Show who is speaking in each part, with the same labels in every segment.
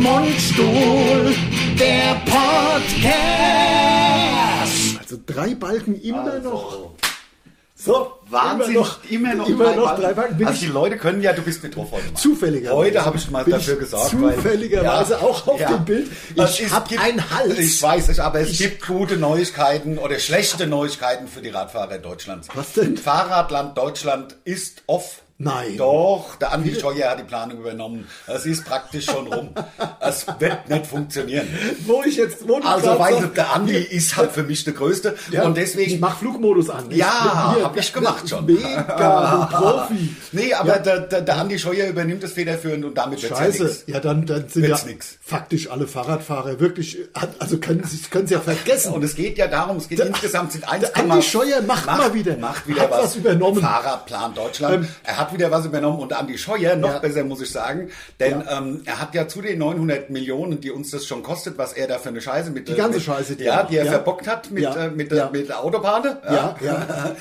Speaker 1: Mundstuhl, der Podcast.
Speaker 2: Also drei Balken immer
Speaker 1: Also.
Speaker 2: noch. So,
Speaker 1: Wahnsinn,
Speaker 2: immer noch,
Speaker 1: immer noch,
Speaker 2: immer noch drei Balken. Bin
Speaker 1: Also die
Speaker 2: ich
Speaker 1: Leute können ja, du bist Metropol.
Speaker 2: zufälligerweise.
Speaker 1: Heute habe ich mal
Speaker 2: bin
Speaker 1: dafür
Speaker 2: ich
Speaker 1: gesagt.
Speaker 2: Zufälligerweise
Speaker 1: weil-
Speaker 2: auch auf
Speaker 1: Ja.
Speaker 2: dem Bild.
Speaker 1: Es
Speaker 2: Ich
Speaker 1: ist-
Speaker 2: habe
Speaker 1: gibt-
Speaker 2: einen Hals.
Speaker 1: Ich weiß es, aber es
Speaker 2: Ich-
Speaker 1: gibt gute Neuigkeiten oder schlechte Neuigkeiten für die Radfahrer Deutschlands.
Speaker 2: Was denn?
Speaker 1: Fahrradland Deutschland ist off.
Speaker 2: Nein.
Speaker 1: Doch, der Andi Scheuer hat die Planung übernommen. Das ist praktisch schon rum. Es wird nicht funktionieren.
Speaker 2: wo ich jetzt wo du
Speaker 1: Also
Speaker 2: gerade
Speaker 1: weiß ich,
Speaker 2: sagst,
Speaker 1: der Andi ist halt für mich der Größte.
Speaker 2: ja,
Speaker 1: und
Speaker 2: Ich
Speaker 1: deswegen
Speaker 2: mach Flugmodus an. Ich
Speaker 1: Ja,
Speaker 2: bin hier
Speaker 1: hab ich gemacht schon.
Speaker 2: Mega, du Profi.
Speaker 1: Nee, aber der, der, der Andi Scheuer übernimmt das federführend und damit wird's ja
Speaker 2: Scheiße,
Speaker 1: nichts.
Speaker 2: ja, dann, dann sind
Speaker 1: Wird's
Speaker 2: ja
Speaker 1: nix.
Speaker 2: faktisch alle Fahrradfahrer wirklich, also können sie können sie ja vergessen.
Speaker 1: Und es geht ja darum, es geht
Speaker 2: Der-
Speaker 1: insgesamt sind
Speaker 2: der
Speaker 1: 1,
Speaker 2: Andi Scheuer macht mal wieder-
Speaker 1: macht wieder
Speaker 2: hat
Speaker 1: was,
Speaker 2: was übernommen.
Speaker 1: Fahrradplan Deutschland.
Speaker 2: Ähm,
Speaker 1: er hat wieder was übernommen und Andi Scheuer noch
Speaker 2: Ja.
Speaker 1: besser muss ich sagen, denn
Speaker 2: Ja.
Speaker 1: ähm, er hat ja zu den 900 Millionen, die uns das schon kostet, was er da für eine Scheiße mit
Speaker 2: Die ganze
Speaker 1: mit,
Speaker 2: Scheiße, die er
Speaker 1: ja,
Speaker 2: macht,
Speaker 1: die er
Speaker 2: ja.
Speaker 1: verbockt hat mit
Speaker 2: Ja.
Speaker 1: äh, mit,
Speaker 2: Ja.
Speaker 1: äh, mit der Autobahn.
Speaker 2: ja, ja.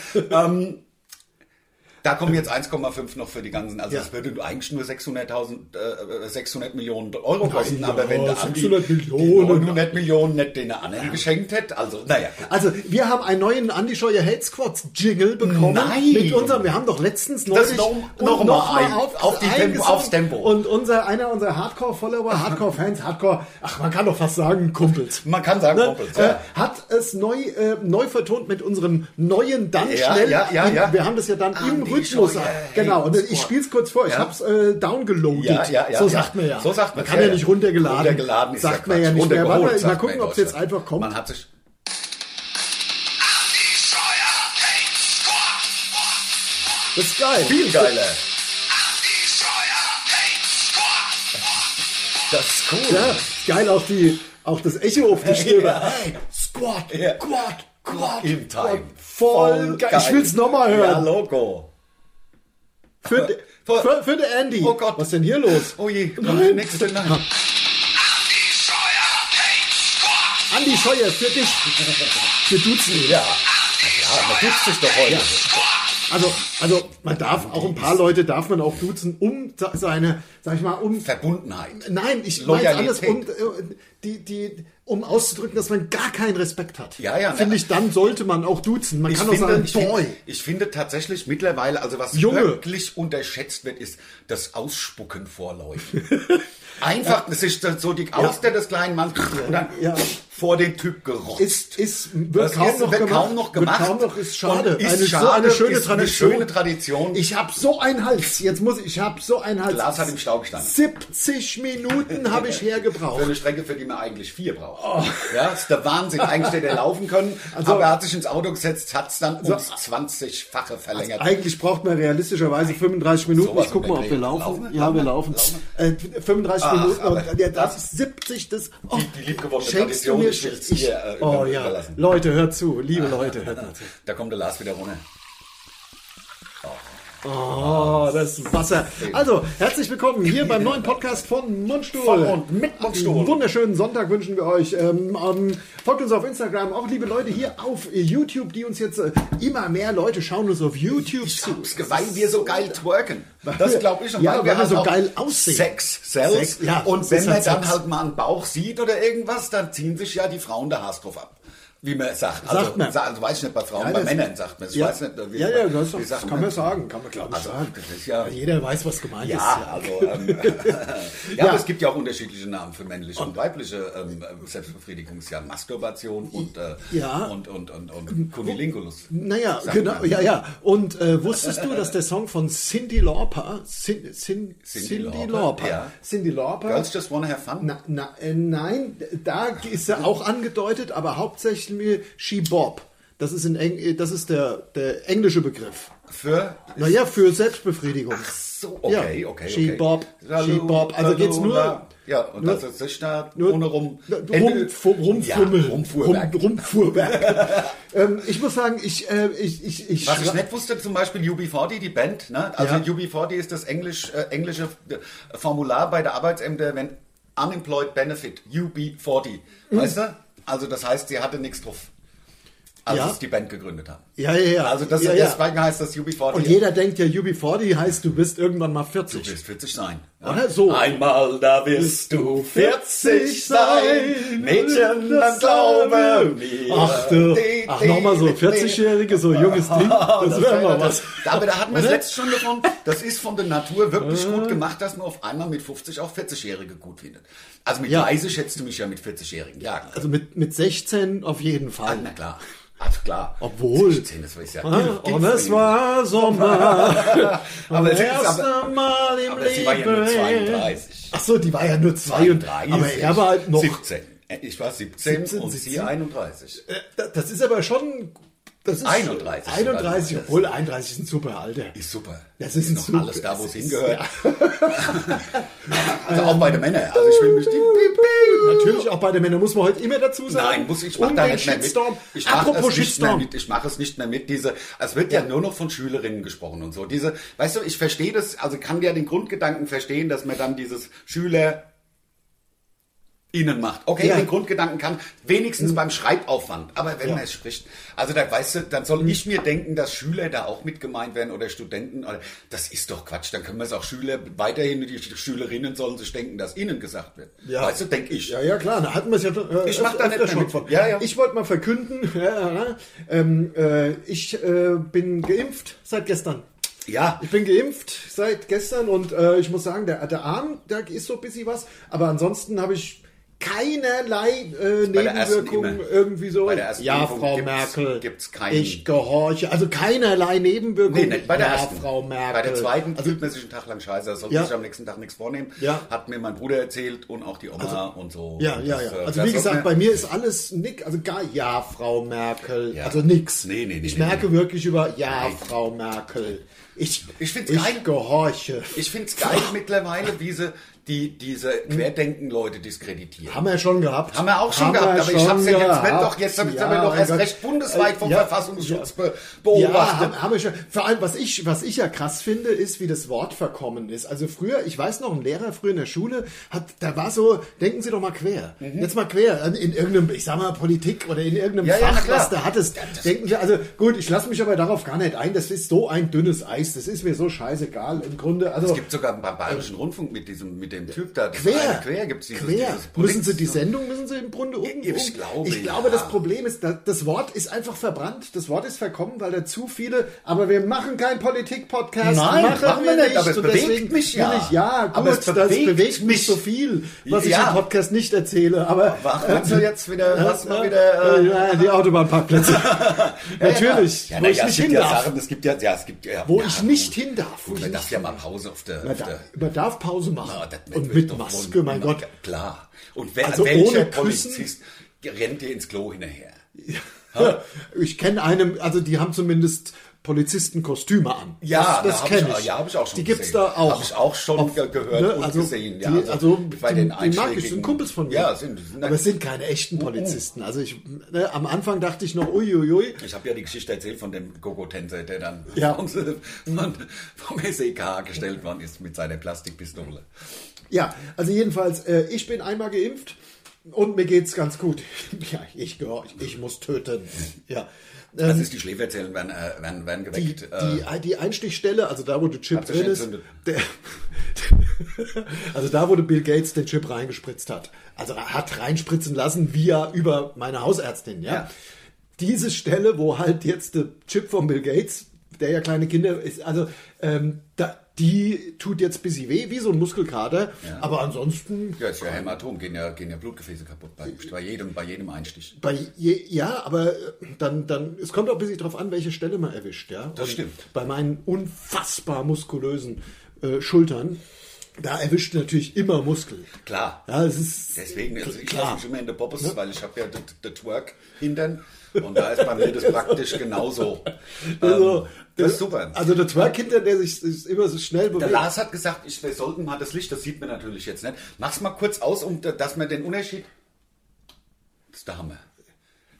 Speaker 1: Da kommen jetzt 1,5 noch für die ganzen. Also
Speaker 2: Ja.
Speaker 1: das würde eigentlich nur 600.000, äh, 600 Millionen Euro kosten.
Speaker 2: Ja,
Speaker 1: aber wenn der
Speaker 2: 600
Speaker 1: Andi
Speaker 2: Millionen.
Speaker 1: die 900 Millionen nicht den anderen geschenkt hätte, also naja. gut.
Speaker 2: Also, wir haben einen neuen Andy Scheuer Hate Squads Jingle bekommen.
Speaker 1: Nein.
Speaker 2: Mit unserem, wir haben doch letztens
Speaker 1: Das
Speaker 2: neulich
Speaker 1: noch-
Speaker 2: und
Speaker 1: noch mal ein-
Speaker 2: aufs-
Speaker 1: auf die Tempo-
Speaker 2: eingesungen.
Speaker 1: aufs Tempo.
Speaker 2: Und unser, einer unserer Hardcore-Follower, Hardcore-Fans, Hardcore, ach, man kann doch fast sagen, Kumpels.
Speaker 1: Man kann sagen,
Speaker 2: Ne?
Speaker 1: Kumpels,
Speaker 2: Äh,
Speaker 1: ja.
Speaker 2: hat es neu, äh, neu vertont mit unserem neuen dann
Speaker 1: Ja,
Speaker 2: schnell.
Speaker 1: ja, ja, ja.
Speaker 2: Wir haben das ja dann im
Speaker 1: Andi
Speaker 2: Rhythmus.
Speaker 1: Scheuer Hate
Speaker 2: genau. Und ich
Speaker 1: Squad.
Speaker 2: spiel's kurz vor. Ich
Speaker 1: Ja.
Speaker 2: hab's äh, downgeloadet.
Speaker 1: Ja, ja, ja,
Speaker 2: so
Speaker 1: ja.
Speaker 2: sagt man ja.
Speaker 1: So sagt
Speaker 2: man
Speaker 1: man's,
Speaker 2: kann ja,
Speaker 1: ja, ja.
Speaker 2: nicht runtergeladen.
Speaker 1: Runtergeladen ist ja
Speaker 2: sagt man ja
Speaker 1: Quatsch.
Speaker 2: nicht mehr.
Speaker 1: Runtergeholt,
Speaker 2: Warte, mal
Speaker 1: sagt man
Speaker 2: gucken,
Speaker 1: in
Speaker 2: ob es jetzt
Speaker 1: Deutschland.
Speaker 2: einfach kommt.
Speaker 1: Man hat sich
Speaker 2: Das ist geil.
Speaker 1: viel geiler. Das ist cool.
Speaker 2: Ja, geil auch die, auch das Echo auf die Stimme.
Speaker 1: Ja.
Speaker 2: Hey, Squat,
Speaker 1: Ja.
Speaker 2: Quad, Quad,
Speaker 1: In time.
Speaker 2: Voll geil. Ich will's nochmal
Speaker 1: Ja,
Speaker 2: hören.
Speaker 1: Logo.
Speaker 2: für, de-
Speaker 1: Voll.
Speaker 2: für, für den Andy.
Speaker 1: Oh Gott.
Speaker 2: Was ist denn hier los?
Speaker 1: Oh je,
Speaker 2: Nein.
Speaker 1: nächste Nacht.
Speaker 2: Andy Scheuer, für dich. Wir duzen ihn.
Speaker 1: Ja. Ja, man duzt sich doch heute.
Speaker 2: Also, also, man darf auch ein paar Leute darf man auch duzen, um se- seine, sag ich mal, um.
Speaker 1: Verbundenheit.
Speaker 2: Nein, ich meine alles, um,
Speaker 1: Loyalität.
Speaker 2: äh, die, die, um auszudrücken, dass man gar keinen Respekt hat.
Speaker 1: Ja, ja,
Speaker 2: Finde
Speaker 1: na-
Speaker 2: ich, dann sollte man auch duzen. Man
Speaker 1: Ich
Speaker 2: kann auch
Speaker 1: finde,
Speaker 2: sagen,
Speaker 1: ich,
Speaker 2: Boy.
Speaker 1: finde, ich finde tatsächlich mittlerweile, also was
Speaker 2: Junge.
Speaker 1: wirklich unterschätzt wird, ist das Ausspucken vor Leuten. Einfach sich dann so die Auster des kleinen Manns und dann
Speaker 2: Ja.
Speaker 1: vor den Typ gerotzt.
Speaker 2: ist, ist, wird,
Speaker 1: Das
Speaker 2: kaum,
Speaker 1: ist-
Speaker 2: noch
Speaker 1: wird
Speaker 2: gemacht,
Speaker 1: kaum noch gemacht.
Speaker 2: Wird kaum noch, ist schade.
Speaker 1: Und ist
Speaker 2: eine, so
Speaker 1: schade,
Speaker 2: eine schöne
Speaker 1: ist eine
Speaker 2: Tradition.
Speaker 1: schöne Tradition.
Speaker 2: Ich habe so einen Hals. Jetzt muss ich, ich habe so einen Hals.
Speaker 1: Lars hat im Stau gestanden.
Speaker 2: 70 Minuten habe ich
Speaker 1: Für
Speaker 2: hergebraucht. Oh.
Speaker 1: eine Strecke, für die man eigentlich vier braucht. Ja, ist der Wahnsinn. Eigentlich hätte er laufen können,
Speaker 2: Also-
Speaker 1: aber er hat sich ins Auto gesetzt, hat es dann ums 20-fache verlängert.
Speaker 2: Eigentlich braucht man realistischerweise 35 Minuten.
Speaker 1: Sowas
Speaker 2: ich guck mal, ob wir
Speaker 1: überkriegen.
Speaker 2: laufen.
Speaker 1: Laufen wir?
Speaker 2: Ja, wir laufen.
Speaker 1: Laufen
Speaker 2: Äh, 35 Minuten
Speaker 1: aber
Speaker 2: und ja, das ist 70. Das, oh,
Speaker 1: die liebgewonnene
Speaker 2: schenkst du
Speaker 1: Tradition,
Speaker 2: mir,
Speaker 1: ich will's dir, äh,
Speaker 2: oh
Speaker 1: über-
Speaker 2: ja,
Speaker 1: überlassen.
Speaker 2: Leute, hört zu. Liebe Leute, hört mal zu.
Speaker 1: Da kommt der Lars wieder runter.
Speaker 2: Oh, das Wasser. Also, herzlich willkommen hier beim neuen Podcast von Mundstuhl.
Speaker 1: Von und mit Mundstuhl.
Speaker 2: Einen wunderschönen Sonntag wünschen wir euch. Ähm, ähm, folgt uns auf Instagram, auch liebe Leute hier auf YouTube, die uns jetzt äh, immer mehr Leute schauen uns auf YouTube
Speaker 1: Ich
Speaker 2: zu.
Speaker 1: hab's, ge- weil wir so geil twerken. Das
Speaker 2: wir-
Speaker 1: glaube ich schon.
Speaker 2: ja, weil wir
Speaker 1: halt
Speaker 2: so
Speaker 1: auch
Speaker 2: geil aussehen.
Speaker 1: Sex sells.
Speaker 2: Sex, ja, es
Speaker 1: und wenn
Speaker 2: ist
Speaker 1: man
Speaker 2: halt
Speaker 1: dann
Speaker 2: Sex.
Speaker 1: halt mal einen Bauch sieht oder irgendwas, dann ziehen sich ja die Frauen der Haas drauf ab. Wie man sagt. Also,
Speaker 2: Sagt man.
Speaker 1: sa- Also, weiß ich nicht, bei Frauen,
Speaker 2: Ja,
Speaker 1: bei
Speaker 2: das-
Speaker 1: Männern sagt man es. Ich
Speaker 2: ja,
Speaker 1: weiß nicht,
Speaker 2: ja, ja, das,
Speaker 1: wie
Speaker 2: das
Speaker 1: sagt
Speaker 2: kann man sagen, kann man glaube ich
Speaker 1: Also,
Speaker 2: sagen.
Speaker 1: das ist ja-
Speaker 2: Jeder weiß, was gemeint ist.
Speaker 1: Ja, also ähm, ja,
Speaker 2: Ja.
Speaker 1: Aber es gibt ja auch unterschiedliche Namen für männliche und, weibliche ähm, Selbstbefriedigung. Es ist ja Masturbation und, äh,
Speaker 2: Ja.
Speaker 1: und, und, und, und Kunilingus.
Speaker 2: Naja,
Speaker 1: Sagt
Speaker 2: genau,
Speaker 1: man.
Speaker 2: ja, ja. Und äh, wusstest du, dass der Song von Cindy Lauper, Cin, Cin,
Speaker 1: Cyndi
Speaker 2: Cindy,
Speaker 1: Lauper,
Speaker 2: Lauper,
Speaker 1: ja.
Speaker 2: Cindy Lauper,
Speaker 1: Girls just wanna have fun.
Speaker 2: Na, na, äh, nein, da ist er auch angedeutet, aber hauptsächlich She Bob. Das ist, in Eng äh, das ist der, der englische Begriff.
Speaker 1: Für
Speaker 2: Naja, für Selbstbefriedigung.
Speaker 1: So, okay,
Speaker 2: Ja.
Speaker 1: okay,
Speaker 2: She
Speaker 1: okay.
Speaker 2: Bob, She Bob. Also geht's nur.
Speaker 1: Ja, und
Speaker 2: nur-
Speaker 1: das ist sich da
Speaker 2: nur-
Speaker 1: ohne rum.
Speaker 2: Rum, fu- rumfummeln.
Speaker 1: Ja, rumfuhrwerk.
Speaker 2: Rum, rumfuhrwerk. ähm, ich muss sagen, ich, äh, ich, ich, ich,
Speaker 1: Was ich nicht wusste, zum Beispiel UB40, die Band. Ne? Also
Speaker 2: Ja.
Speaker 1: UB40 ist das Englisch, äh, englische äh, Formular bei der Arbeitsämter, wenn Unemployed Benefit, UB40.
Speaker 2: Mhm.
Speaker 1: Weißt du? Also das heißt, sie hatte nichts drauf, als
Speaker 2: Ja.
Speaker 1: sie die Band gegründet haben.
Speaker 2: Ja, ja, ja.
Speaker 1: Also das,
Speaker 2: ja, ja.
Speaker 1: deswegen heißt das UB40.
Speaker 2: Und jeder denkt ja, UB40 heißt, du wirst irgendwann mal
Speaker 1: Du
Speaker 2: 40.
Speaker 1: wirst 40 sein.
Speaker 2: Oder so.
Speaker 1: Einmal, da wirst du 40 sein, Mädchen, dann glaube mir.
Speaker 2: Ach, du, ach nochmal so 40-Jährige, so junges Ding. Das wäre mal was.
Speaker 1: Da, aber da hatten wir es letztes schon davon. Das ist von der Natur wirklich gut gemacht, dass man auf einmal mit 50 auch 40-Jährige gut findet. Also mit 30 hättest du mich ja mit 40-Jährigen jagen können.
Speaker 2: Also mit, mit 16 auf jeden Fall.
Speaker 1: Na klar. Also klar.
Speaker 2: Obwohl.
Speaker 1: 16, das weiß ich ja.
Speaker 2: Ah, Und es war Sommer.
Speaker 1: Aber es ist
Speaker 2: Erste
Speaker 1: aber-
Speaker 2: Mal im
Speaker 1: Aber
Speaker 2: Leben.
Speaker 1: sie war ja nur 32.
Speaker 2: Ach so, die war ja nur 32. Ah, Aber er war halt noch.
Speaker 1: 17. Äh, Ich war 17,
Speaker 2: 17,
Speaker 1: und sie
Speaker 2: 17.
Speaker 1: 31.
Speaker 2: Äh, da- Das ist aber schon. Das ist
Speaker 1: 31 sogar.
Speaker 2: 31, obwohl 31 ist ein super Alter.
Speaker 1: Ist super.
Speaker 2: Das ist
Speaker 1: noch
Speaker 2: super.
Speaker 1: alles da, wo es
Speaker 2: Das ist-
Speaker 1: hingehört. also auch bei den Männern. Also ich will mich nicht.
Speaker 2: Natürlich auch bei den Männern muss man heute immer dazu sagen.
Speaker 1: Nein, muss ich mach
Speaker 2: um
Speaker 1: da
Speaker 2: den
Speaker 1: nicht mehr mit.
Speaker 2: Shitstorm.
Speaker 1: Ich mach
Speaker 2: Apropos
Speaker 1: es nicht mehr
Speaker 2: Shitstorm.
Speaker 1: mit. Ich mache es nicht mehr mit. Diese, es wird ja. nur noch von Schülerinnen gesprochen und so. Diese, weißt du, ich verstehe das, also kann ja den Grundgedanken verstehen, dass man dann dieses Schüler innen macht. Okay,
Speaker 2: Ja. Hm.
Speaker 1: den Grundgedanken kann wenigstens beim Schreibaufwand. Aber wenn man es spricht, also da weißt du, dann soll ich mir denken, dass Schüler da auch mit gemeint werden oder Studenten oder das ist doch Quatsch. Dann können wir es auch Schüler weiterhin die Schülerinnen sollen sich denken, dass ihnen gesagt wird.
Speaker 2: Ja.
Speaker 1: Weißt du, denke ich.
Speaker 2: Ja, ja, klar, da hatten wir es ja schon. Äh,
Speaker 1: Ich mach
Speaker 2: öfter-
Speaker 1: da nicht
Speaker 2: öfter
Speaker 1: mehr
Speaker 2: schon
Speaker 1: mit.
Speaker 2: von.
Speaker 1: Ja, ja.
Speaker 2: Ich wollte mal verkünden, ja, ja, ja, ähm, äh, ich äh, bin geimpft seit gestern.
Speaker 1: Ja.
Speaker 2: Ich bin geimpft seit gestern und äh, ich muss sagen, der, der Arm, da ist so ein bisschen was, aber ansonsten habe ich keinerlei äh,
Speaker 1: bei der ersten
Speaker 2: Nebenwirkungen
Speaker 1: immer.
Speaker 2: irgendwie so.
Speaker 1: Bei der ersten
Speaker 2: ja,
Speaker 1: Impfung
Speaker 2: Frau
Speaker 1: gibt's-
Speaker 2: Merkel.
Speaker 1: gibt's keinen.
Speaker 2: Ich gehorche. Also keinerlei
Speaker 1: Nee,
Speaker 2: Nebenwirkungen.
Speaker 1: nicht bei der
Speaker 2: ja,
Speaker 1: ersten.
Speaker 2: Frau Merkel. Also,
Speaker 1: Bei der zweiten fühlt man sich einen Tag lang scheiße, da sollte
Speaker 2: Ja.
Speaker 1: sich am nächsten Tag nichts vornehmen.
Speaker 2: Ja. Also-
Speaker 1: Hat mir mein Bruder erzählt und auch die Oma und so.
Speaker 2: Ja,
Speaker 1: Und
Speaker 2: ja,
Speaker 1: das, äh,
Speaker 2: ja. Also
Speaker 1: das
Speaker 2: wie
Speaker 1: sollte
Speaker 2: gesagt,
Speaker 1: man-
Speaker 2: bei mir ist alles nick, also gar ja, Frau Merkel.
Speaker 1: Ja.
Speaker 2: Also nix.
Speaker 1: Nee, nee, nee,
Speaker 2: ich
Speaker 1: nee,
Speaker 2: merke
Speaker 1: nee.
Speaker 2: wirklich über ja, Frau Merkel. Ich,
Speaker 1: Ich find's
Speaker 2: ich
Speaker 1: geil.
Speaker 2: gehorche.
Speaker 1: Ich finde es geil mittlerweile, wie sie die, diese Querdenken-Leute diskreditieren.
Speaker 2: Hm? Haben wir schon gehabt.
Speaker 1: Haben wir auch schon
Speaker 2: Haben
Speaker 1: gehabt, aber ich
Speaker 2: schon
Speaker 1: habe es ja jetzt
Speaker 2: gehabt.
Speaker 1: nicht doch, jetzt sind
Speaker 2: Ja,
Speaker 1: wir doch
Speaker 2: mein
Speaker 1: erst
Speaker 2: Gott.
Speaker 1: recht bundesweit vom
Speaker 2: Äh, ja,
Speaker 1: Verfassungsschutz
Speaker 2: ja.
Speaker 1: be-
Speaker 2: Ja,
Speaker 1: beobachtet.
Speaker 2: haben, haben wir schon. Vor allem, was ich, was ich ja krass finde, ist, wie das Wort verkommen ist. Also früher, ich weiß noch, ein Lehrer früher in der Schule hat, da war so, denken Sie doch mal quer. Jetzt mal quer. In, in irgendeinem, ich sag mal, Politik oder in irgendeinem
Speaker 1: Mhm. Ja, ja, na
Speaker 2: Fach,
Speaker 1: klar.
Speaker 2: was da hattest. denken Sie, also gut, ich lasse mich aber darauf gar nicht ein. Das ist so ein dünnes Eis. Das ist mir so scheißegal. Im Grunde, also.
Speaker 1: es gibt sogar beim Bayerischen Rundfunk mit diesem mit dem Typ da. das eine
Speaker 2: Quer.
Speaker 1: quer gibt's dieses,
Speaker 2: quer.
Speaker 1: dieses
Speaker 2: müssen
Speaker 1: Polizist-
Speaker 2: sie die Sendung, müssen sie im Grunde um.
Speaker 1: Ich- ich
Speaker 2: um-
Speaker 1: glaube,
Speaker 2: ich glaube
Speaker 1: ja.
Speaker 2: das Problem ist, da- das Wort ist einfach verbrannt. Das Wort ist verkommen, weil da zu viele, aber wir machen keinen Politik-Podcast.
Speaker 1: Nein, machen wir nicht, aber es
Speaker 2: Und
Speaker 1: bewegt
Speaker 2: deswegen
Speaker 1: mich ja.
Speaker 2: will Ich, ja, gut,
Speaker 1: Aber es
Speaker 2: das
Speaker 1: bewegt
Speaker 2: bewegt
Speaker 1: mich.
Speaker 2: mich so viel, was
Speaker 1: Ja.
Speaker 2: ich im Podcast nicht erzähle. Aber
Speaker 1: Ach, willst du jetzt wieder, was mal wieder,
Speaker 2: äh,
Speaker 1: äh,
Speaker 2: ja, die Autobahnparkplätze. Natürlich,
Speaker 1: Ja,
Speaker 2: wo
Speaker 1: na,
Speaker 2: ich
Speaker 1: ja, es
Speaker 2: nicht
Speaker 1: gibt
Speaker 2: hin
Speaker 1: ja
Speaker 2: darf.
Speaker 1: Sachen, es gibt ja, ja, es gibt ja.
Speaker 2: Wo
Speaker 1: ja,
Speaker 2: ich
Speaker 1: gut.
Speaker 2: nicht hin darf. Wo
Speaker 1: Gut,
Speaker 2: ich
Speaker 1: man
Speaker 2: nicht
Speaker 1: darf ja mal Pause auf der.
Speaker 2: man
Speaker 1: auf der
Speaker 2: darf, man darf Pause machen.
Speaker 1: Ah, das wird
Speaker 2: und mit
Speaker 1: doch wohl-
Speaker 2: Maske, mein
Speaker 1: na,
Speaker 2: Gott.
Speaker 1: Klar. Und wer,
Speaker 2: Also
Speaker 1: welcher
Speaker 2: ohne Küssen?
Speaker 1: Polizist rennt dir ins Klo hinterher?
Speaker 2: Ich kenne einen, also die haben zumindest Polizistenkostüme an. das,
Speaker 1: da
Speaker 2: das
Speaker 1: hab ich-
Speaker 2: kenne ich.
Speaker 1: Ja, habe ich auch schon
Speaker 2: Die gibt's
Speaker 1: gesehen.
Speaker 2: da auch.
Speaker 1: Habe ich auch schon ge- gehört
Speaker 2: ne,
Speaker 1: und
Speaker 2: also
Speaker 1: gesehen. Ja,
Speaker 2: die- also
Speaker 1: bei
Speaker 2: die-
Speaker 1: den
Speaker 2: die mag ich,
Speaker 1: einschlägigen-
Speaker 2: sind Kumpels von mir.
Speaker 1: Ja, sind. sind Uh,
Speaker 2: Aber es sind keine echten Polizisten. Also ich, ne, am Anfang dachte ich noch, uiuiui.
Speaker 1: ich habe ja die Geschichte erzählt von dem Gogo-Tänzer, der dann
Speaker 2: Ja.
Speaker 1: vom, von- vom SEK gestellt worden ist mit seiner Plastikpistole.
Speaker 2: Ja, also jedenfalls, äh, ich bin einmal geimpft und mir geht's ganz gut. Ja, ich gehorch, ich muss töten. Ja.
Speaker 1: Das
Speaker 2: Ähm,
Speaker 1: ist die Schläferzellen werden, äh, werden, werden
Speaker 2: die,
Speaker 1: geweckt. äh,
Speaker 2: die, die Einstichstelle, also da, wo der Chip
Speaker 1: Hat sich
Speaker 2: drin ist,
Speaker 1: entzündet.
Speaker 2: der, also da, wo der Bill Gates den Chip reingespritzt hat, also er hat reinspritzen lassen via über meine Hausärztin, ja.
Speaker 1: Ja.
Speaker 2: Diese Stelle, wo halt jetzt der Chip von Bill Gates, der ja kleine Kinder ist, also ähm, da, die tut jetzt ein bisschen weh, wie so ein Muskelkater, aber ansonsten
Speaker 1: ja, ist ja Hämatom, gehen ja, gehen ja Blutgefäße kaputt bei, bei jedem, bei jedem Einstich.
Speaker 2: Bei je, ja, aber äh, dann, dann, es kommt auch ein bisschen drauf an, welche Stelle man erwischt, ja.
Speaker 1: Das stimmt.
Speaker 2: Bei meinen unfassbar muskulösen äh, Schultern, da erwischt natürlich immer Muskel.
Speaker 1: Klar.
Speaker 2: Ja, es ist
Speaker 1: Deswegen, also ich lasse
Speaker 2: klar.
Speaker 1: mich immer in der Poppes, weil ich habe ja den den Twerk hintern und da ist bei mir das praktisch genauso.
Speaker 2: Also,
Speaker 1: das ist super.
Speaker 2: Also der Twerk-Hinter, der sich, sich immer so schnell
Speaker 1: Der
Speaker 2: bewegt.
Speaker 1: Lars hat gesagt, ich, wir sollten mal das Licht, das sieht man natürlich jetzt nicht. Mach's mal kurz aus, um da- dass man den Unterschied. Das ist der Hammer.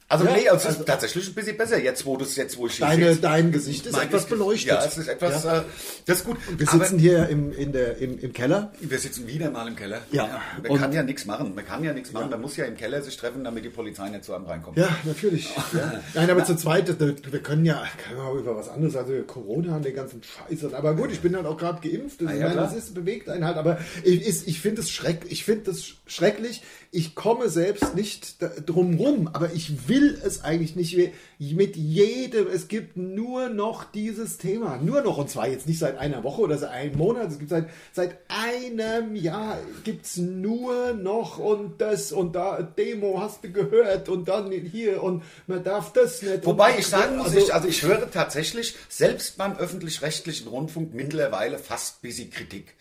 Speaker 1: Also
Speaker 2: Ja,
Speaker 1: nee, also, es
Speaker 2: also-
Speaker 1: ist tatsächlich ein bisschen besser jetzt, wo das jetzt wo ich hier
Speaker 2: Deine,
Speaker 1: sitze.
Speaker 2: dein Gesicht ist
Speaker 1: Mein
Speaker 2: etwas
Speaker 1: Gesicht-
Speaker 2: beleuchtet.
Speaker 1: Ja, es ist etwas.
Speaker 2: Ja.
Speaker 1: Äh, das ist gut.
Speaker 2: Wir
Speaker 1: Aber-
Speaker 2: sitzen hier im, in der, im, im Keller.
Speaker 1: Wir sitzen wieder mal im Keller.
Speaker 2: Ja.
Speaker 1: Man
Speaker 2: Und-
Speaker 1: kann ja nichts machen. Man kann ja nichts machen. Man muss ja im Keller sich treffen, damit die Polizei nicht zu einem reinkommt.
Speaker 2: Ja, natürlich. Ja. Nein, aber zu zweit, das- das- wir können ja können wir auch über was anderes, also Corona und den ganzen Scheiß. reden. Aber gut, ich bin halt auch gerade geimpft. Das,
Speaker 1: Ah,
Speaker 2: ich
Speaker 1: ja,
Speaker 2: meine,
Speaker 1: klar.
Speaker 2: das ist, bewegt einen halt. Aber ich, ist- ich finde es schreck, ich finde es schrecklich. Ich komme selbst nicht da- drum rum, aber ich will es eigentlich nicht. Mit jedem, es gibt nur noch dieses Thema. Nur noch, und zwar jetzt nicht seit einer Woche oder seit einem Monat, es gibt seit, seit einem Jahr gibt es nur noch und das und da Demo hast du gehört und dann hier und man darf das nicht.
Speaker 1: Wobei
Speaker 2: und,
Speaker 1: ich sagen muss,
Speaker 2: Also-
Speaker 1: ich, also ich höre tatsächlich selbst beim öffentlich-rechtlichen Rundfunk mittlerweile fast bis die Kritik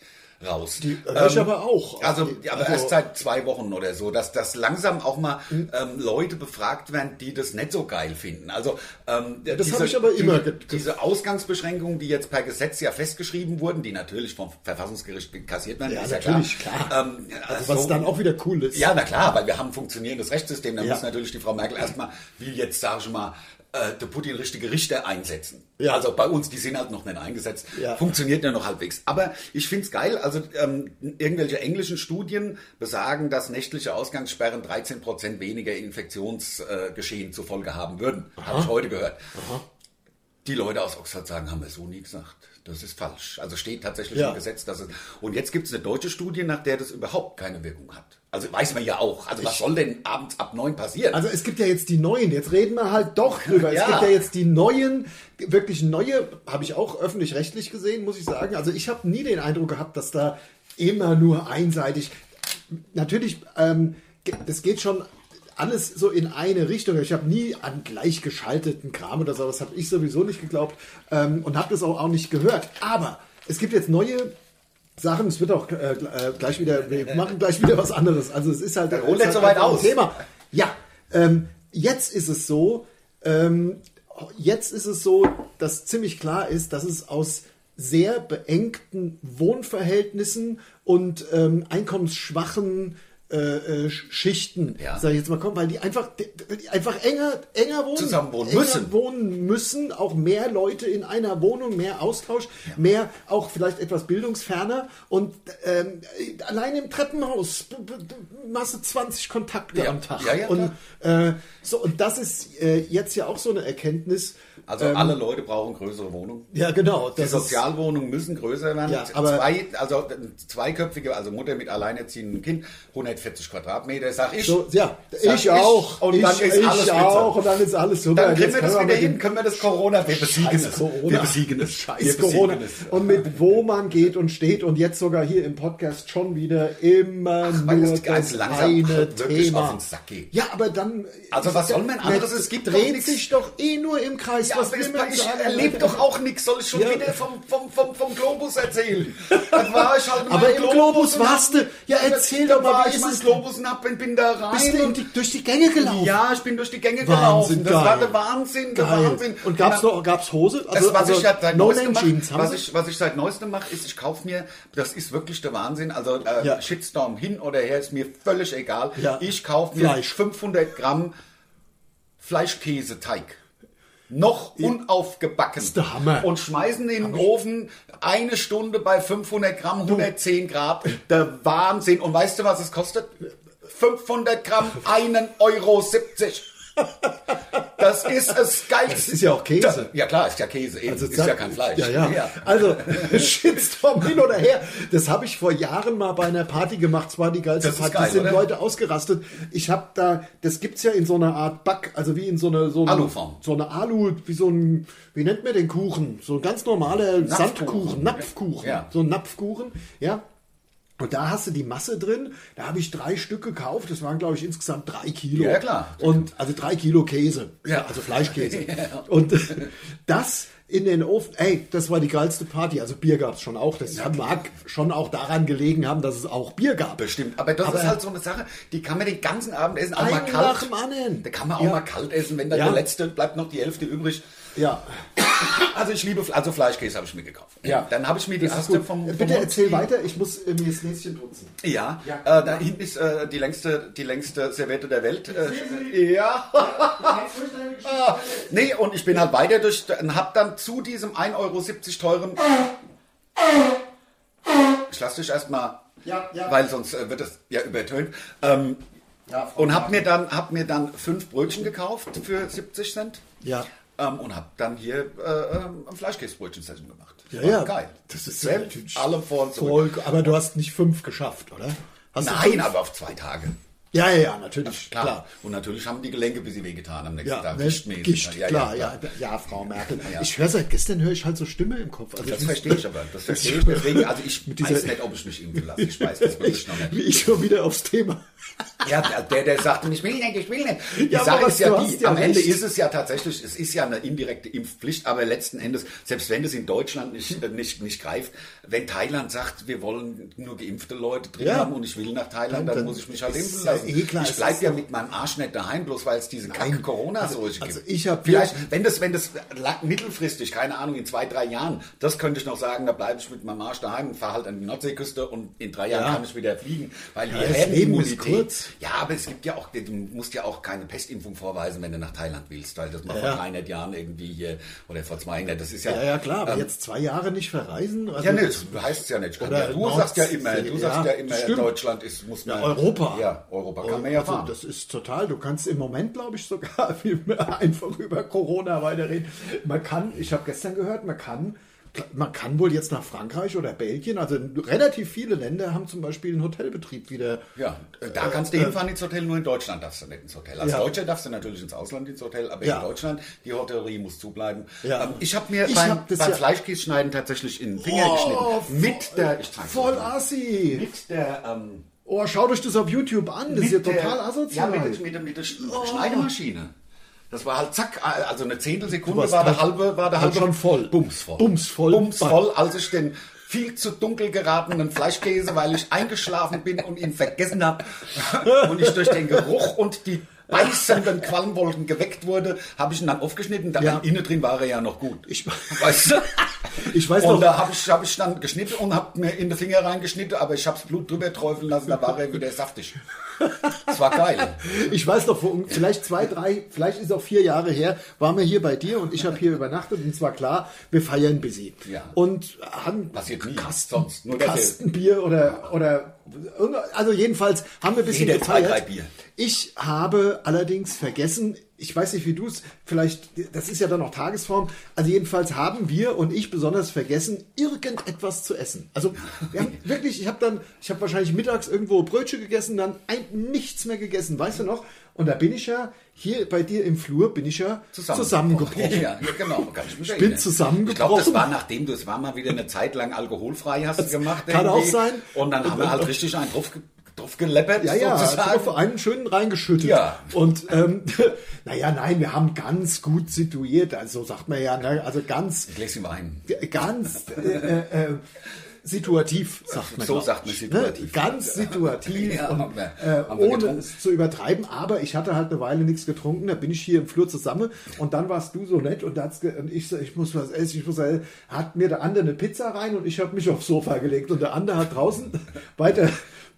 Speaker 1: raus.
Speaker 2: Die höre ich aber auch.
Speaker 1: Also, ja, aber
Speaker 2: Also- Hm.
Speaker 1: erst seit zwei Wochen oder so, dass das langsam auch mal ähm, Leute befragt werden, die das nicht so geil finden. Also ähm,
Speaker 2: das hab ich aber immer
Speaker 1: die,
Speaker 2: ge-
Speaker 1: diese Ausgangsbeschränkungen, die jetzt per Gesetz ja festgeschrieben wurden, die natürlich vom Verfassungsgericht kassiert werden,
Speaker 2: Ja,
Speaker 1: ist
Speaker 2: natürlich,
Speaker 1: ja klar.
Speaker 2: klar.
Speaker 1: Ähm,
Speaker 2: also, was dann auch wieder cool ist.
Speaker 1: ja, na klar, weil wir haben ein funktionierendes Rechtssystem. Da
Speaker 2: Ja.
Speaker 1: muss natürlich die Frau Merkel erstmal, wie jetzt sage ich mal, äh, der Putin richtige Richter einsetzen.
Speaker 2: Ja.
Speaker 1: Also bei uns, die sind halt noch nicht eingesetzt.
Speaker 2: Ja.
Speaker 1: Funktioniert ja noch halbwegs. Aber ich find's geil, also ähm, irgendwelche englischen Studien besagen, dass nächtliche Ausgangssperren 13% weniger Infektionsgeschehen zur Folge haben würden. Habe ich heute gehört. Die Leute aus Oxford sagen, haben wir so nie gesagt. Das ist falsch. Also steht tatsächlich
Speaker 2: Ja.
Speaker 1: im Gesetz, dass es. Und jetzt gibt es eine deutsche Studie, nach der das überhaupt keine Wirkung hat. Also weiß man ja auch. Also was soll denn abends ab neun passieren?
Speaker 2: Also es gibt ja jetzt die neuen, jetzt reden wir halt doch drüber.
Speaker 1: Ja.
Speaker 2: Es gibt ja jetzt die neuen, wirklich neue, habe ich auch öffentlich-rechtlich gesehen, muss ich sagen. Also ich habe nie den Eindruck gehabt, dass da immer nur einseitig. Natürlich, ähm, ge- das geht schon alles so in eine Richtung. Ich habe nie an gleichgeschalteten Kram oder so, das habe ich sowieso nicht geglaubt ähm, und habe das auch, auch nicht gehört. Aber es gibt jetzt neue. Sachen, es wird auch äh, gl- äh, gleich wieder, wir machen gleich wieder was anderes. Also es ist halt
Speaker 1: Dann hol nicht
Speaker 2: es ist
Speaker 1: so weit
Speaker 2: halt einfach ein
Speaker 1: aus.
Speaker 2: Thema. Ja, ähm, jetzt ist es so, ähm, jetzt ist es so, dass ziemlich klar ist, dass es aus sehr beengten Wohnverhältnissen und ähm, einkommensschwachen äh, äh, Schichten,
Speaker 1: Ja.
Speaker 2: sag ich jetzt mal, kommt, weil die einfach, die, die einfach enger, enger wohnen,
Speaker 1: Zusammen wohnen
Speaker 2: enger
Speaker 1: müssen.
Speaker 2: wohnen müssen, auch mehr Leute in einer Wohnung, mehr Austausch, mehr auch vielleicht etwas bildungsferner und ähm, allein im Treppenhaus b- b- b- Masse 20 Kontakte
Speaker 1: Ja.
Speaker 2: am Tag.
Speaker 1: Ja, ja,
Speaker 2: und, äh, so, und das ist äh, jetzt ja auch so eine Erkenntnis. Äh,
Speaker 1: Also alle Leute brauchen größere Wohnungen.
Speaker 2: ähm, Ja, genau. Das
Speaker 1: Die Sozialwohnungen müssen größer werden.
Speaker 2: Ja, aber-
Speaker 1: Zwei, also zweiköpfige, also Mutter mit alleinerziehendem Kind, 140 Quadratmeter, sag ich.
Speaker 2: ist, so, ja,
Speaker 1: Sag
Speaker 2: ich auch.
Speaker 1: Und
Speaker 2: ich,
Speaker 1: dann ist
Speaker 2: ich
Speaker 1: alles
Speaker 2: auch. Und dann ist alles super.
Speaker 1: Dann kriegen
Speaker 2: Jetzt
Speaker 1: wir das
Speaker 2: können
Speaker 1: wieder
Speaker 2: mit dem
Speaker 1: hin, können wir das Corona, wir besiegen
Speaker 2: Scheiß
Speaker 1: es.
Speaker 2: Corona.
Speaker 1: Wir besiegen es. wir
Speaker 2: Scheiß
Speaker 1: besiegen
Speaker 2: Corona.
Speaker 1: es.
Speaker 2: Und mit wo man geht und steht und jetzt sogar hier im Podcast schon wieder immer
Speaker 1: weil
Speaker 2: nur
Speaker 1: das ganz langsam
Speaker 2: eine
Speaker 1: wirklich
Speaker 2: Thema.
Speaker 1: auf den Sack geht.
Speaker 2: Ja, aber dann.
Speaker 1: Also was soll man anderes?
Speaker 2: Es
Speaker 1: Es gibt doch
Speaker 2: dreht
Speaker 1: nichts.
Speaker 2: sich doch eh nur im Kreis.
Speaker 1: Ja,
Speaker 2: was
Speaker 1: aber
Speaker 2: will
Speaker 1: es-
Speaker 2: man
Speaker 1: ich
Speaker 2: sagen?
Speaker 1: erlebe doch auch nichts. Soll ich schon
Speaker 2: Ja.
Speaker 1: wieder vom, vom, vom, vom Globus erzählen? Dann war ich halt mal
Speaker 2: Aber im Globus
Speaker 1: und hab-
Speaker 2: warst du. Ja, erzähl
Speaker 1: dann
Speaker 2: doch mal,
Speaker 1: war
Speaker 2: wie
Speaker 1: ich
Speaker 2: ist
Speaker 1: mal
Speaker 2: es
Speaker 1: im Globus und hab, bin, bin da rein.
Speaker 2: Bist du in
Speaker 1: und-
Speaker 2: die, durch die Gänge gelaufen?
Speaker 1: ja, ich bin durch die Gänge gelaufen.
Speaker 2: Wahnsinn,
Speaker 1: Das war
Speaker 2: geil.
Speaker 1: der Wahnsinn, der
Speaker 2: Geil.
Speaker 1: Wahnsinn.
Speaker 2: Und gab's
Speaker 1: dann-
Speaker 2: noch, gab's Hose? Also,
Speaker 1: Das, was, ich ja seit
Speaker 2: No
Speaker 1: neuestem
Speaker 2: Name Jeans
Speaker 1: mache,
Speaker 2: haben
Speaker 1: was,
Speaker 2: sie?
Speaker 1: ich, was ich seit neuestem mache, ist, ich kaufe mir, das ist wirklich der Wahnsinn, also äh,
Speaker 2: Ja.
Speaker 1: Shitstorm hin oder her, ist mir völlig egal.
Speaker 2: Ja.
Speaker 1: Ich kaufe mir
Speaker 2: Fleisch.
Speaker 1: 500 Gramm Fleischkäseteig. Noch unaufgebacken.
Speaker 2: ist der Hammer.
Speaker 1: Und schmeißen in den Ofen eine Stunde bei 500 Gramm, 110 Grad. Der Wahnsinn. Und weißt du, was es kostet? 500 Gramm, 1,70 Euro. Das ist das Geilste. Das
Speaker 2: ist ja auch Käse.
Speaker 1: ja klar, ist ja Käse. Eben. ist
Speaker 2: zack.
Speaker 1: ja kein Fleisch.
Speaker 2: Ja, ja. Also Shitstorm hin oder her. Das habe ich vor Jahren mal bei einer Party gemacht. Zwar die geilste
Speaker 1: Das ist
Speaker 2: Party,
Speaker 1: geil,
Speaker 2: sind
Speaker 1: oder?
Speaker 2: Leute ausgerastet. Ich habe da, das gibt's ja in so einer Art Back, also wie in so einer so eine,
Speaker 1: Aluform.
Speaker 2: so eine Alu, wie so ein, wie nennt man den Kuchen? So ein ganz normaler Sandkuchen, Napfkuchen,
Speaker 1: Ja.
Speaker 2: so ein Napfkuchen, ja. Und da hast du die Masse drin. Da habe ich drei Stück gekauft. Das waren, glaube ich, insgesamt drei Kilo.
Speaker 1: Ja, klar.
Speaker 2: Und also drei Kilo Käse.
Speaker 1: Ja.
Speaker 2: Also Fleischkäse. Und äh, das in den Ofen, ey, das war die geilste Party. Also Bier gab es schon auch. Das mag schon auch daran gelegen haben, dass es auch Bier gab.
Speaker 1: Bestimmt. Aber das
Speaker 2: Aber-
Speaker 1: ist halt so eine Sache, die kann man den ganzen Abend essen, auch
Speaker 2: Einen
Speaker 1: mal kalt.
Speaker 2: nach dem anderen.
Speaker 1: Da kann man auch
Speaker 2: Ja.
Speaker 1: mal kalt essen, wenn dann
Speaker 2: Ja.
Speaker 1: der letzte bleibt noch die Hälfte übrig.
Speaker 2: Ja.
Speaker 1: Also ich liebe, Fle- also Fleischkäse habe ich mir gekauft.
Speaker 2: Ja.
Speaker 1: Dann habe ich mir die
Speaker 2: Das ist
Speaker 1: erste
Speaker 2: gut. Äh,
Speaker 1: vom, vom
Speaker 2: Bitte erzähl weiter, ich muss äh, mir das Näschen putzen.
Speaker 1: Ja,
Speaker 2: Ja.
Speaker 1: Äh, da hinten ist äh, die längste, die längste Serviette der Welt. Äh, ja. Ah, nee, und ich bin halt weiter durch und hab dann zu diesem 1,70 Euro teuren. Ich lass dich erstmal,
Speaker 2: Ja, ja.
Speaker 1: weil sonst äh, wird es ja übertönt. Ähm,
Speaker 2: Ja, Frau
Speaker 1: und hab mir dann hab mir dann fünf Brötchen gekauft für 70 Cent.
Speaker 2: Ja.
Speaker 1: Ähm, und hab dann hier äh, ähm, ein Fleischkäsebrötchen-Session gemacht.
Speaker 2: Ja,
Speaker 1: War
Speaker 2: ja.
Speaker 1: Geil.
Speaker 2: Das ist
Speaker 1: Selbst
Speaker 2: natürlich
Speaker 1: alle vor und zurück.
Speaker 2: Voll, aber du hast nicht fünf geschafft, oder? Hast du
Speaker 1: Nein,
Speaker 2: fünf?
Speaker 1: aber auf zwei Tage.
Speaker 2: Ja, ja, ja, natürlich,
Speaker 1: Klar.
Speaker 2: klar.
Speaker 1: Und natürlich haben die Gelenke ein bisschen wehgetan am nächsten
Speaker 2: Ja,
Speaker 1: Tag.
Speaker 2: ne,
Speaker 1: Gichtmäßig.
Speaker 2: Gicht,
Speaker 1: Ja, ja,
Speaker 2: klar,
Speaker 1: klar.
Speaker 2: ja, ja, Frau Merkel.
Speaker 1: Ja.
Speaker 2: Ich höre seit gestern höre ich halt so Stimme im Kopf. Also
Speaker 1: Das
Speaker 2: muss-
Speaker 1: verstehe ich aber. Das verstehe ich. Deswegen, also ich
Speaker 2: Mit dieser-
Speaker 1: weiß nicht, ob ich mich impfen lasse. Ich weiß das wirklich
Speaker 2: ich,
Speaker 1: noch nicht.
Speaker 2: wie ich schon wieder aufs Thema.
Speaker 1: Ja, der, der sagte, ich will nicht, ich will nicht. Die
Speaker 2: Ja, aber
Speaker 1: Sache
Speaker 2: was-
Speaker 1: ist ja
Speaker 2: du
Speaker 1: die,
Speaker 2: hast ja
Speaker 1: am Ende
Speaker 2: recht.
Speaker 1: ist es ja tatsächlich, es ist ja eine indirekte Impfpflicht, aber letzten Endes, selbst wenn es in Deutschland nicht, äh, nicht, nicht greift, wenn Thailand sagt, wir wollen nur geimpfte Leute drin
Speaker 2: Ja.
Speaker 1: haben und ich will nach Thailand, dann,
Speaker 2: Dann
Speaker 1: muss ich mich halt
Speaker 2: ist
Speaker 1: impfen
Speaker 2: ja
Speaker 1: lassen.
Speaker 2: eh klar,
Speaker 1: ich
Speaker 2: es
Speaker 1: bleib
Speaker 2: ist
Speaker 1: ja mit meinem Arsch nicht daheim, bloß weil es diese kranke Corona-Seuche
Speaker 2: also
Speaker 1: gibt.
Speaker 2: ich hab-
Speaker 1: Vielleicht, wenn das, wenn das lang- mittelfristig, keine Ahnung, in zwei, drei Jahren, das könnte ich noch sagen, da bleibe ich mit meinem Arsch daheim und fahre halt an die Nordseeküste und in drei Jahren
Speaker 2: Ja.
Speaker 1: kann ich wieder fliegen, weil
Speaker 2: Ja,
Speaker 1: die
Speaker 2: das Leben ist
Speaker 1: Herdenimmunität-
Speaker 2: kurz.
Speaker 1: ja, aber es gibt ja auch, du musst ja auch keine Pestimpfung vorweisen, wenn du nach Thailand willst, weil das mal vor
Speaker 2: Ja.
Speaker 1: 300 Jahren irgendwie hier oder vor 200, das ist ja. Ähm.
Speaker 2: Ja, ja, klar, aber jetzt zwei Jahre nicht verreisen. Also
Speaker 1: Ja, nee, das heißt es ja nicht. Ich kann
Speaker 2: Oder
Speaker 1: ja, du
Speaker 2: Nordsee-
Speaker 1: sagst ja immer, du sagst ja
Speaker 2: ja,
Speaker 1: immer,
Speaker 2: stimmt.
Speaker 1: Deutschland ist, muss man.
Speaker 2: Europa.
Speaker 1: Ja, Europa kann man ja
Speaker 2: also,
Speaker 1: fahren.
Speaker 2: Das ist total. Du kannst im Moment, glaube ich, sogar viel mehr einfach über Corona weiterreden. Man kann, ich habe gestern gehört, man kann, man kann wohl jetzt nach Frankreich oder Belgien, also relativ viele Länder haben zum Beispiel einen Hotelbetrieb wieder. äh,
Speaker 1: Ja, da kannst du hinfahren ins Hotel, nur in Deutschland darfst du nicht ins Hotel. Als
Speaker 2: Ja.
Speaker 1: Deutscher darfst du natürlich ins Ausland ins Hotel, aber
Speaker 2: Ja.
Speaker 1: in Deutschland, die Hotellerie muss zubleiben.
Speaker 2: Ja.
Speaker 1: Ähm, Ich habe mir
Speaker 2: Ich
Speaker 1: beim,
Speaker 2: hab das
Speaker 1: beim
Speaker 2: ja-
Speaker 1: Fleischkäseschneiden tatsächlich in den Finger
Speaker 2: Oh,
Speaker 1: geschnitten. Mit der, ich zeig's
Speaker 2: Voll
Speaker 1: euch mal.
Speaker 2: assi.
Speaker 1: mit der, ähm,
Speaker 2: Oh, schaut euch das auf YouTube an. Das ist ja
Speaker 1: Mit der-
Speaker 2: total asozial. Oh.
Speaker 1: Ja, mit, der- mit, der- mit der Sch- Schneidemaschine. Das war halt zack, also eine
Speaker 2: Du
Speaker 1: Zehntelsekunde
Speaker 2: warst
Speaker 1: war der
Speaker 2: halt-
Speaker 1: halbe, war der
Speaker 2: halt
Speaker 1: halbe
Speaker 2: schon voll.
Speaker 1: bumsvoll,
Speaker 2: Bumsvoll.
Speaker 1: bumsvoll, als ich den viel zu dunkel geratenen Fleischkäse, weil ich eingeschlafen bin und ihn vergessen habe und ich durch den Geruch und die beißenden Qualmwolken geweckt wurde, habe ich ihn dann aufgeschnitten. Da
Speaker 2: Ja.
Speaker 1: innen drin war er ja noch gut.
Speaker 2: Ich-
Speaker 1: weiß,
Speaker 2: Ich weiß
Speaker 1: und
Speaker 2: noch-
Speaker 1: da habe ich, hab ich dann geschnitten und habe mir in den Finger reingeschnitten, aber ich habe das Blut drüber träufeln lassen, da war er wieder saftig. Das war geil.
Speaker 2: Ich weiß noch, vor, vielleicht zwei, drei, vielleicht ist auch vier Jahre her, waren wir hier bei dir und ich habe hier übernachtet und es war klar, wir feiern busy.
Speaker 1: Ja.
Speaker 2: Und haben
Speaker 1: Passiert nie. Sonst nur das.
Speaker 2: Kastenbier oder, oder irgendwas- also jedenfalls haben wir ein bisschen
Speaker 1: Jeder zwei,
Speaker 2: gefeiert.
Speaker 1: drei Bier.
Speaker 2: Ich habe allerdings vergessen, ich weiß nicht, wie du es, vielleicht, das ist ja dann noch Tagesform, also jedenfalls haben wir und ich besonders vergessen, irgendetwas zu essen. Also wir haben, wirklich, ich habe dann, ich habe wahrscheinlich mittags irgendwo Brötchen gegessen, dann ein, nichts mehr gegessen, weißt du noch? Und da bin ich ja, hier bei dir im Flur bin ich ja zusammengebrochen.
Speaker 1: Ja, ja, genau. Kann ich mich
Speaker 2: bin
Speaker 1: erinnern.
Speaker 2: zusammengebrochen.
Speaker 1: Ich glaube, das war nachdem du es war mal wieder eine Zeit lang alkoholfrei hast du gemacht.
Speaker 2: kann
Speaker 1: irgendwie.
Speaker 2: auch sein.
Speaker 1: Und dann haben wir halt richtig einen drauf, ge- drauf geleppert.
Speaker 2: Ja, ja,
Speaker 1: sozusagen.
Speaker 2: auf einen schönen reingeschüttet.
Speaker 1: Ja.
Speaker 2: Und ähm, naja, nein, wir haben ganz gut situiert, also so sagt man ja, ne? also ganz,
Speaker 1: Ich lese Wein.
Speaker 2: ganz äh, äh, äh, situativ, sagt man.
Speaker 1: So
Speaker 2: glaub ich, ne?
Speaker 1: sagt man situativ.
Speaker 2: Ganz situativ,
Speaker 1: Ja,
Speaker 2: und,
Speaker 1: haben wir-
Speaker 2: äh,
Speaker 1: haben wir
Speaker 2: ohne
Speaker 1: getrunken.
Speaker 2: es zu übertreiben, aber ich hatte halt eine Weile nichts getrunken, da bin ich hier im Flur zusammen und dann warst du so nett und, da hat's ge und ich so, ich muss was essen, ich muss was essen. hat mir der andere eine Pizza rein und ich habe mich aufs Sofa gelegt und der andere hat draußen weiter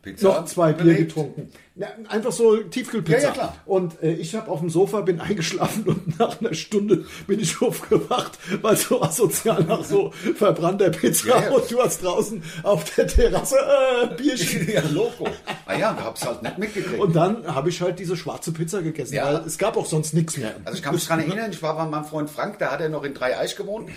Speaker 1: Pizza
Speaker 2: noch zwei Bier
Speaker 1: belegt.
Speaker 2: getrunken. Na, einfach so Tiefkühlpizza.
Speaker 1: Ja, ja, klar.
Speaker 2: Und äh, ich habe auf dem Sofa, bin eingeschlafen und nach einer Stunde bin ich aufgewacht, weil so asozial nach so verbrannter Pizza
Speaker 1: Ja, ja.
Speaker 2: und du hast draußen auf der Terrasse äh, Bierchen.
Speaker 1: ja, Logo. Ah ja, ich hab's halt nicht mitgekriegt.
Speaker 2: Und dann habe ich halt diese schwarze Pizza gegessen,
Speaker 1: Ja.
Speaker 2: weil es gab auch sonst nichts mehr.
Speaker 1: Also ich kann mich daran erinnern, ich war bei meinem Freund Frank, da hat er noch in Dreieich gewohnt.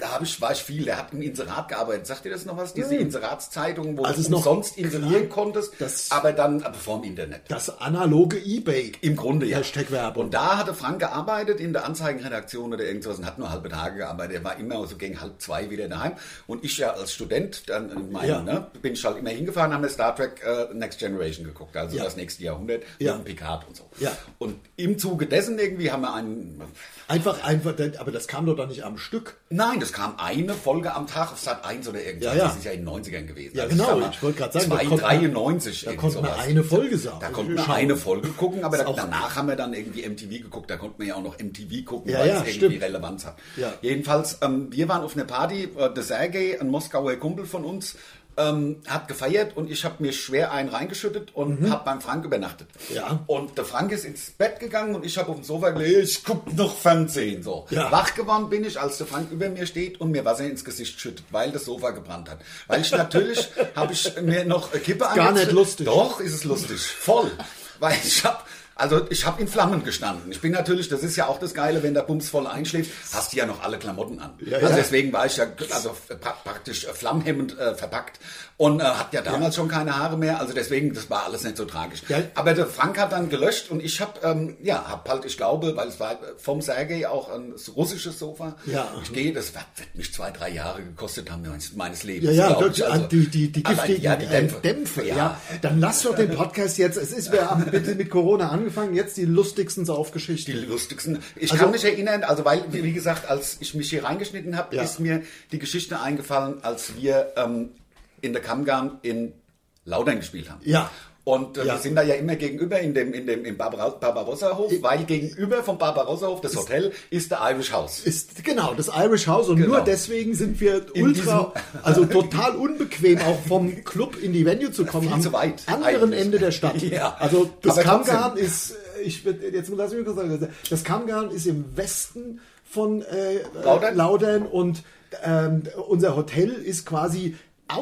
Speaker 1: Da habe ich, war ich viel, der hat im Inserat gearbeitet. Sagt dir das noch was? Diese Inseratszeitung, wo
Speaker 2: Also
Speaker 1: du
Speaker 2: ist noch-
Speaker 1: sonst inserieren
Speaker 2: klar,
Speaker 1: konntest,
Speaker 2: das-
Speaker 1: aber dann aber vorm Internet.
Speaker 2: Das analoge Ebay.
Speaker 1: Im Grunde ja.
Speaker 2: Hashtag Werbung.
Speaker 1: Und da hatte Frank gearbeitet in der Anzeigenredaktion oder irgendwas und hat nur halbe Tage gearbeitet. Er war immer so gegen halb zwei wieder daheim. Und ich ja als Student, dann in meinem,
Speaker 2: Ja.
Speaker 1: ne, bin ich halt immer hingefahren, haben wir Star Trek äh, Next Generation geguckt, also
Speaker 2: Ja.
Speaker 1: das nächste Jahrhundert
Speaker 2: Ja.
Speaker 1: mit dem Picard und so.
Speaker 2: Ja.
Speaker 1: Und im Zuge dessen irgendwie haben wir einen
Speaker 2: Einfach, einfach, aber das kam doch doch nicht am Stück.
Speaker 1: Nein, das kam eine Folge am Tag auf Sat 1 oder irgendwas.
Speaker 2: Ja, ja.
Speaker 1: Das ist ja in den 90ern gewesen. Also
Speaker 2: Ja,
Speaker 1: ich
Speaker 2: genau.
Speaker 1: sag mal,
Speaker 2: Ich wollte gerade sagen, da
Speaker 1: zwei,
Speaker 2: kommt
Speaker 1: 93.
Speaker 2: Da
Speaker 1: irgend
Speaker 2: konnte man
Speaker 1: sowas.
Speaker 2: eine Folge sagen.
Speaker 1: Da konnten wir eine Folge gucken, aber
Speaker 2: auch-
Speaker 1: danach haben wir dann irgendwie MTV geguckt. Da konnten wir ja auch noch MTV gucken,
Speaker 2: Ja,
Speaker 1: weil
Speaker 2: ja,
Speaker 1: es irgendwie
Speaker 2: stimmt.
Speaker 1: Relevanz hat.
Speaker 2: Ja.
Speaker 1: Jedenfalls, ähm, wir waren auf einer Party, äh, der Sergei, ein Moskauer Kumpel von uns, ähm, hat gefeiert und ich habe mir schwer einen reingeschüttet und habe beim Frank übernachtet.
Speaker 2: Mhm. Ja.
Speaker 1: Und der Frank ist ins Bett gegangen und ich habe auf dem Sofa gelegen, ich guck noch Fernsehen. So.
Speaker 2: Ja.
Speaker 1: Wach geworden bin ich, als der Frank über mir steht und mir Wasser ins Gesicht schüttet, weil das Sofa gebrannt hat. Weil ich natürlich, habe ich mir noch äh, Kippe
Speaker 2: Gar
Speaker 1: angezündet.
Speaker 2: nicht lustig.
Speaker 1: Doch, ist es lustig. Voll. Weil ich habe also ich habe in Flammen gestanden. Ich bin natürlich, das ist ja auch das Geile, wenn der Bums voll einschläft, hast du ja noch alle Klamotten an.
Speaker 2: Ja,
Speaker 1: also
Speaker 2: ja.
Speaker 1: deswegen war ich ja also pra praktisch äh, flammhemmend äh, verpackt und äh, hat ja damals schon keine Haare mehr. Also deswegen, das war alles nicht so tragisch.
Speaker 2: Ja.
Speaker 1: Aber der Frank hat dann gelöscht und ich habe, ähm, ja, habe halt, ich glaube, weil es war vom Sergei auch ein russisches Sofa.
Speaker 2: Ja.
Speaker 1: Ich gehe, das wird wird mich zwei, drei Jahre gekostet haben meines- meines Lebens.
Speaker 2: Ja, ja,
Speaker 1: glaub
Speaker 2: dort,
Speaker 1: ich. Also-
Speaker 2: die, die, die
Speaker 1: Allein-
Speaker 2: giftigen
Speaker 1: ja, die Dämpfe.
Speaker 2: Äh, Dämpfe ja.
Speaker 1: Ja.
Speaker 2: Dann lass doch den Podcast jetzt. Es ist, wir haben bitte mit Corona angefangen, jetzt die lustigsten Saufgeschichten.
Speaker 1: Die lustigsten. Ich
Speaker 2: Also-
Speaker 1: kann mich erinnern, also weil, wie wie gesagt, als ich mich hier reingeschnitten habe,
Speaker 2: Ja.
Speaker 1: ist mir die Geschichte eingefallen, als wir ähm, in der Kammgarn in Laudern gespielt haben.
Speaker 2: Ja.
Speaker 1: Und äh,
Speaker 2: Ja.
Speaker 1: wir sind da ja immer gegenüber in dem, in dem im Barbar- Barbarossahof, weil gegenüber vom Barbarossahof, das Hotel, ist der Irish House.
Speaker 2: Ist, genau, das Irish House. Und
Speaker 1: Genau.
Speaker 2: nur deswegen sind wir ultra, also total unbequem, auch vom Club in die Venue zu kommen.
Speaker 1: Viel
Speaker 2: am
Speaker 1: zu weit,
Speaker 2: anderen
Speaker 1: eigentlich.
Speaker 2: Ende der Stadt.
Speaker 1: Ja.
Speaker 2: Also das
Speaker 1: Aber
Speaker 2: Kammgarn
Speaker 1: trotzdem.
Speaker 2: ist, äh, ich, würd- jetzt lass mich kurz sagen, also, das Kammgarn ist im Westen von äh, äh,
Speaker 1: Laudern?
Speaker 2: Laudern und ähm, unser Hotel ist quasi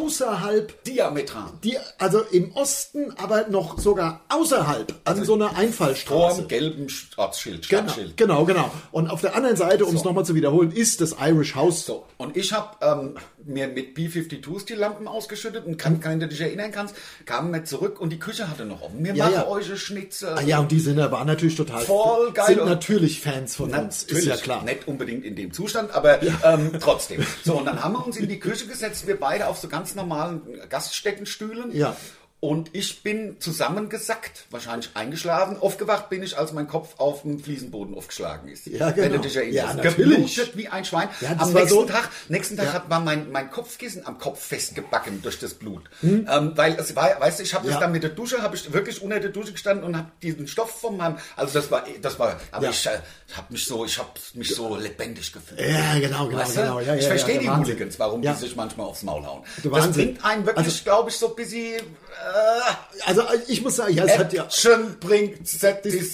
Speaker 2: außerhalb
Speaker 1: Diametral.
Speaker 2: Die, also im Osten, aber noch sogar außerhalb, an
Speaker 1: Also
Speaker 2: so einer
Speaker 1: Vor
Speaker 2: Einfallstraße.
Speaker 1: dem gelben Ortsschild,
Speaker 2: Genau,
Speaker 1: Stadtschild.
Speaker 2: genau, genau. Und auf der anderen Seite, um es
Speaker 1: So.
Speaker 2: nochmal zu wiederholen, ist das Irish House.
Speaker 1: So, und ich habe ähm, mir mit B-52s die Lampen ausgeschüttet und kann, wenn du dich erinnern kannst, kamen wir zurück und die Küche hatte noch offen. Wir
Speaker 2: Ja,
Speaker 1: machen
Speaker 2: ja.
Speaker 1: euch einen Schnitzel.
Speaker 2: Ah ja, und die sind, waren natürlich total,
Speaker 1: Voll geil.
Speaker 2: sind natürlich Fans von uns, ist
Speaker 1: Natürlich,
Speaker 2: ja klar.
Speaker 1: Nicht unbedingt in dem Zustand, aber ähm, trotzdem. So, und dann haben wir uns in die Küche gesetzt, wir beide auf so ganz normalen Gaststättenstühlen.
Speaker 2: Ja.
Speaker 1: Und ich bin zusammengesackt, wahrscheinlich eingeschlafen. Aufgewacht bin ich, als mein Kopf auf dem Fliesenboden aufgeschlagen ist.
Speaker 2: Ja, genau.
Speaker 1: Wenn du dich erinnerst.
Speaker 2: Ja, natürlich.
Speaker 1: Geblutet wie ein Schwein.
Speaker 2: Ja, das
Speaker 1: am
Speaker 2: war
Speaker 1: nächsten
Speaker 2: so-
Speaker 1: Tag, nächsten Tag hat man mein, mein Kopfkissen am Kopf festgebacken durch das Blut. Ähm, weil es war, weißt du, ich habe
Speaker 2: Hm. Ja.
Speaker 1: das dann mit der Dusche, habe ich wirklich unter der Dusche gestanden und habe diesen Stoff von meinem, also das war, das war, aber
Speaker 2: Ja.
Speaker 1: ich, äh, ich habe mich so, ich habe mich so lebendig gefühlt.
Speaker 2: Ja, genau, genau,
Speaker 1: Weißt du?
Speaker 2: genau. Ja, ja,
Speaker 1: ich verstehe
Speaker 2: ja,
Speaker 1: die
Speaker 2: der Wahnsinn.
Speaker 1: Hooligans, warum
Speaker 2: Ja.
Speaker 1: die sich manchmal aufs Maul hauen.
Speaker 2: Der
Speaker 1: Das
Speaker 2: Wahnsinn.
Speaker 1: bringt einen wirklich,
Speaker 2: Also-
Speaker 1: glaube ich, so ein bisschen äh,
Speaker 2: Also ich muss sagen, ja, es hat ja...
Speaker 1: Action bringt Satisfaction.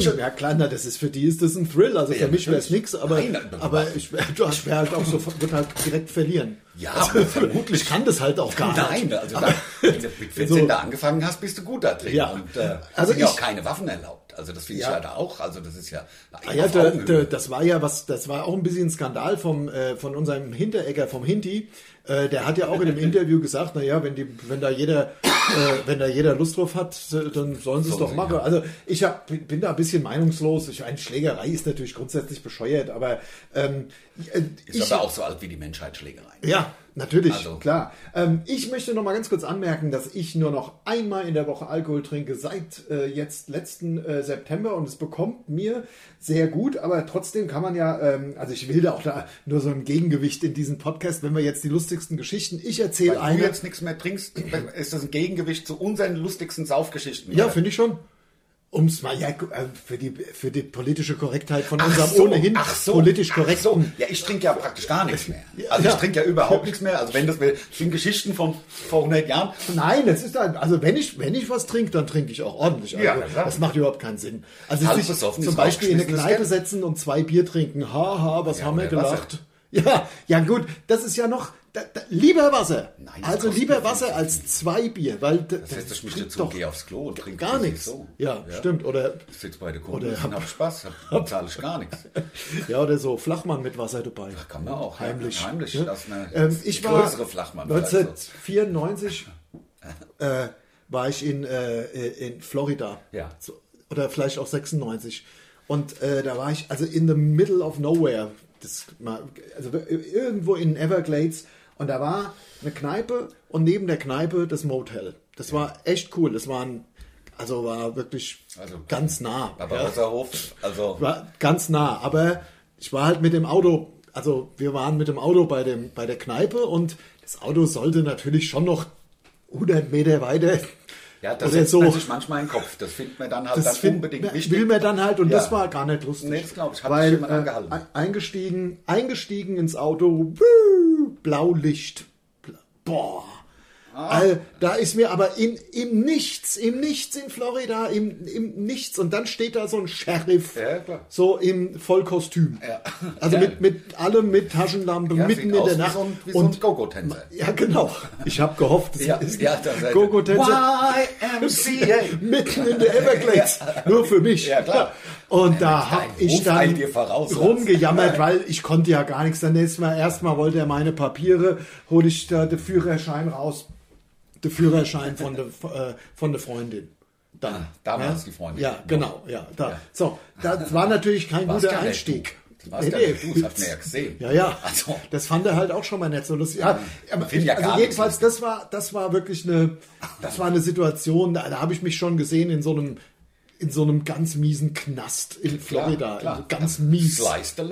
Speaker 2: Satisfaction. Ja klar, na, das ist für die ist das ein Thrill. Also für
Speaker 1: Ja,
Speaker 2: mich wäre es nix, aber,
Speaker 1: Nein, nein, nein.
Speaker 2: aber ich wäre wär halt auch so, wird halt direkt verlieren. Also,
Speaker 1: Ja, aber vermutlich
Speaker 2: Ich kann das halt auch gar nicht.
Speaker 1: Nein, also da, wenn du mit 14
Speaker 2: So.
Speaker 1: da angefangen hast, bist du gut da drin.
Speaker 2: Ja.
Speaker 1: Und äh,
Speaker 2: Also
Speaker 1: also sind ja
Speaker 2: ich-
Speaker 1: auch keine Waffen erlaubt. Also das finde ich
Speaker 2: Ja.
Speaker 1: ja. da auch. Also das ist ja,
Speaker 2: Ah ja,
Speaker 1: auf
Speaker 2: der,
Speaker 1: Augenhöhe.
Speaker 2: der, das war ja was, das war auch ein bisschen ein Skandal vom, äh, von unserem Hinteregger, vom Hinti. Äh, der hat ja auch in einem Interview gesagt, naja, wenn die, wenn da jeder, äh, wenn da jeder Lust drauf hat, äh, dann sollen sie es
Speaker 1: Sollen
Speaker 2: doch
Speaker 1: sie,
Speaker 2: machen.
Speaker 1: ja.
Speaker 2: Also ich hab, bin- bin da ein bisschen meinungslos. Ich meine, Schlägerei ist natürlich grundsätzlich bescheuert, aber ähm, äh,
Speaker 1: ist aber auch so alt wie die Menschheit Schlägerei.
Speaker 2: ja, natürlich,
Speaker 1: Also.
Speaker 2: klar. Ähm, ich möchte noch mal ganz kurz anmerken, dass ich nur noch einmal in der Woche Alkohol trinke seit äh, jetzt letzten äh, September und es bekommt mir sehr gut, aber trotzdem kann man ja, ähm, also ich will da auch da nur so ein Gegengewicht in diesem Podcast, wenn wir jetzt die lustigsten Geschichten, ich erzähle
Speaker 1: Wenn du
Speaker 2: eine.
Speaker 1: jetzt nichts mehr trinkst, ist das ein Gegengewicht zu unseren lustigsten Saufgeschichten.
Speaker 2: Ja,
Speaker 1: oder?
Speaker 2: finde ich schon. Um es mal, ja, äh, für die, für die politische Korrektheit von
Speaker 1: Ach
Speaker 2: unserem
Speaker 1: so,
Speaker 2: ohnehin
Speaker 1: ach so,
Speaker 2: politisch
Speaker 1: ach
Speaker 2: korrekten
Speaker 1: So. Ja, ich trinke ja praktisch gar nichts mehr.
Speaker 2: Ja,
Speaker 1: Also
Speaker 2: ja.
Speaker 1: ich trinke ja überhaupt nichts mehr. Also wenn das will, das sind Geschichten von vor 100 Jahren.
Speaker 2: Nein, das ist ein, also wenn ich, wenn ich was trinke, dann trinke ich auch ordentlich.
Speaker 1: Ja,
Speaker 2: Alkohol.
Speaker 1: na klar. Halt
Speaker 2: das macht überhaupt keinen Sinn. Also
Speaker 1: Halb
Speaker 2: sich
Speaker 1: besoffen
Speaker 2: zum
Speaker 1: ist
Speaker 2: Beispiel in eine
Speaker 1: rausgeschmissenes
Speaker 2: Kneipe
Speaker 1: Geld.
Speaker 2: setzen und zwei Bier trinken. Haha, was
Speaker 1: Ja,
Speaker 2: haben wir
Speaker 1: oder Wasser.
Speaker 2: gelacht? Ja, ja gut, das ist ja noch da, da, lieber Wasser.
Speaker 1: Nein, das
Speaker 2: also
Speaker 1: kostet
Speaker 2: lieber
Speaker 1: mir
Speaker 2: Wasser als zwei Bier, weil d-
Speaker 1: Das heißt, ich mich
Speaker 2: bringt
Speaker 1: dazu gehe aufs Klo und trinke
Speaker 2: gar
Speaker 1: das
Speaker 2: nichts.
Speaker 1: So.
Speaker 2: Ja, stimmt oder
Speaker 1: Ich sitze bei der Kunden und habe Spaß, hab, zahle ich gar nichts.
Speaker 2: ja oder so Flachmann mit Wasser dabei.
Speaker 1: Kann man auch.
Speaker 2: Heimlich.
Speaker 1: Ja, heimlich.
Speaker 2: ne?
Speaker 1: Das ist eine
Speaker 2: ähm, ich war
Speaker 1: größere Flachmann. vielleicht so.
Speaker 2: 1994 äh, war ich in, äh, in Florida.
Speaker 1: Ja.
Speaker 2: So, oder vielleicht auch 96. Und äh, da war ich also in the middle of nowhere. Das, mal- also irgendwo in Everglades. Und da war eine Kneipe und neben der Kneipe das Motel. Das war echt cool. Das waren, also war wirklich
Speaker 1: Also,
Speaker 2: ganz nah.
Speaker 1: Barbarossahof, also
Speaker 2: War ganz nah, aber ich war halt mit dem Auto, also wir waren mit dem Auto bei, dem, bei der Kneipe und das Auto sollte natürlich schon noch 100 Meter weiter.
Speaker 1: Ja, das
Speaker 2: Oder
Speaker 1: setzt
Speaker 2: so.
Speaker 1: man sich manchmal in den Kopf. Das findet man dann halt
Speaker 2: das
Speaker 1: dann
Speaker 2: find-
Speaker 1: unbedingt wichtig.
Speaker 2: will mir dann halt und
Speaker 1: Ja.
Speaker 2: das war gar nicht lustig.
Speaker 1: Nee, das glaub ich. Hat
Speaker 2: weil,
Speaker 1: mich jemand
Speaker 2: äh,
Speaker 1: angehalten.
Speaker 2: ein- eingestiegen, eingestiegen ins Auto, wuh, Blaulicht. Bla- Boah.
Speaker 1: Ah.
Speaker 2: All, da ist mir aber in, im Nichts, im Nichts in Florida, im, im Nichts und dann steht da so ein Sheriff,
Speaker 1: Ja, klar.
Speaker 2: so im Vollkostüm.
Speaker 1: Ja.
Speaker 2: Also
Speaker 1: Ja.
Speaker 2: mit, mit allem, mit Taschenlampe,
Speaker 1: ja,
Speaker 2: mitten
Speaker 1: sieht
Speaker 2: in
Speaker 1: aus
Speaker 2: der
Speaker 1: wie
Speaker 2: Nacht.
Speaker 1: so ein, wie so
Speaker 2: und
Speaker 1: ein Go-Go-Tänzer.
Speaker 2: ja, genau. Ich habe gehofft, es
Speaker 1: Ja,
Speaker 2: ist
Speaker 1: ja, das heißt-
Speaker 2: Gogo-Tänzer
Speaker 1: YMCA.
Speaker 2: mitten in der Everglades. Nur für mich.
Speaker 1: Ja, klar.
Speaker 2: Und da
Speaker 1: dein
Speaker 2: habe ich
Speaker 1: Ruf eilt
Speaker 2: dann
Speaker 1: dir voraus,
Speaker 2: rumgejammert, weil ich konnte ja gar nichts. Dann erstmal erstmal wollte er meine Papiere, hole ich da den Führerschein raus. Den Führerschein von der äh, von der Freundin. Dann.
Speaker 1: damals
Speaker 2: ja?
Speaker 1: Ah, die Freundin.
Speaker 2: Ja, genau, ja, da. So, das war natürlich kein
Speaker 1: War's
Speaker 2: guter
Speaker 1: gar nicht
Speaker 2: Einstieg.
Speaker 1: du. Das war's gar nicht du, das hat man ja gesehen.
Speaker 2: Ja, ja.
Speaker 1: Also. Hm.
Speaker 2: Das fand er halt auch schon mal nicht so lustig. Ja, aber
Speaker 1: Finde ja
Speaker 2: also
Speaker 1: gar nichts
Speaker 2: jedenfalls, das war, das war wirklich eine, das war eine Situation, da, da habe ich mich schon gesehen in so einem, in so einem ganz miesen Knast in Florida. Also
Speaker 1: klar.
Speaker 2: Ganz mies. Sliced,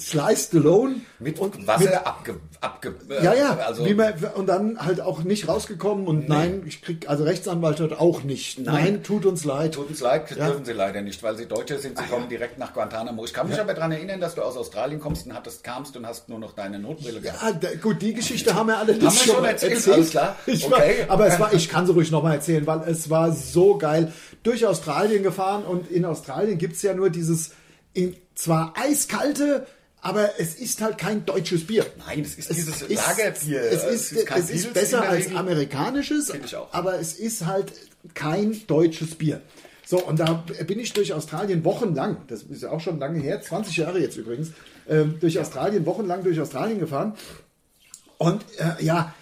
Speaker 1: Sliced alone.
Speaker 2: alone.
Speaker 1: Mit
Speaker 2: und
Speaker 1: Wasser abge, abge... äh,
Speaker 2: ja, ja,
Speaker 1: Also,
Speaker 2: wie man, und dann halt auch nicht rausgekommen und nein, ich krieg, also Rechtsanwalt hört auch nicht. Nein, tut uns leid.
Speaker 1: Tut uns leid, das dürfen sie leider nicht, weil sie Deutsche sind. Sie
Speaker 2: Ah,
Speaker 1: kommen direkt nach Guantanamo. Ich kann mich aber daran erinnern, dass du aus Australien kommst und hattest, kamst und hast nur noch deine Notbrille gehabt.
Speaker 2: Ah, da, gut, die Geschichte haben wir alle nicht
Speaker 1: wir schon erzählt, alles klar.
Speaker 2: Ich
Speaker 1: Okay.
Speaker 2: war, aber es war, ich kann sie ruhig nochmal erzählen, weil es war so geil. Durch Australien gefahren und in Australien gibt es ja nur dieses in, zwar eiskalte, aber es ist halt kein deutsches Bier.
Speaker 1: Nein, es ist
Speaker 2: Es
Speaker 1: dieses
Speaker 2: ist,
Speaker 1: Lagerbier.
Speaker 2: Es ist,
Speaker 1: kein
Speaker 2: es
Speaker 1: Pils
Speaker 2: ist besser
Speaker 1: in der
Speaker 2: als
Speaker 1: Regel.
Speaker 2: amerikanisches,
Speaker 1: Find ich auch.
Speaker 2: aber es ist halt kein deutsches Bier. So, und da bin ich durch Australien wochenlang, das ist ja auch schon lange her, 20 Jahre jetzt übrigens, ähm, durch Australien, wochenlang durch Australien gefahren. Und äh, ja,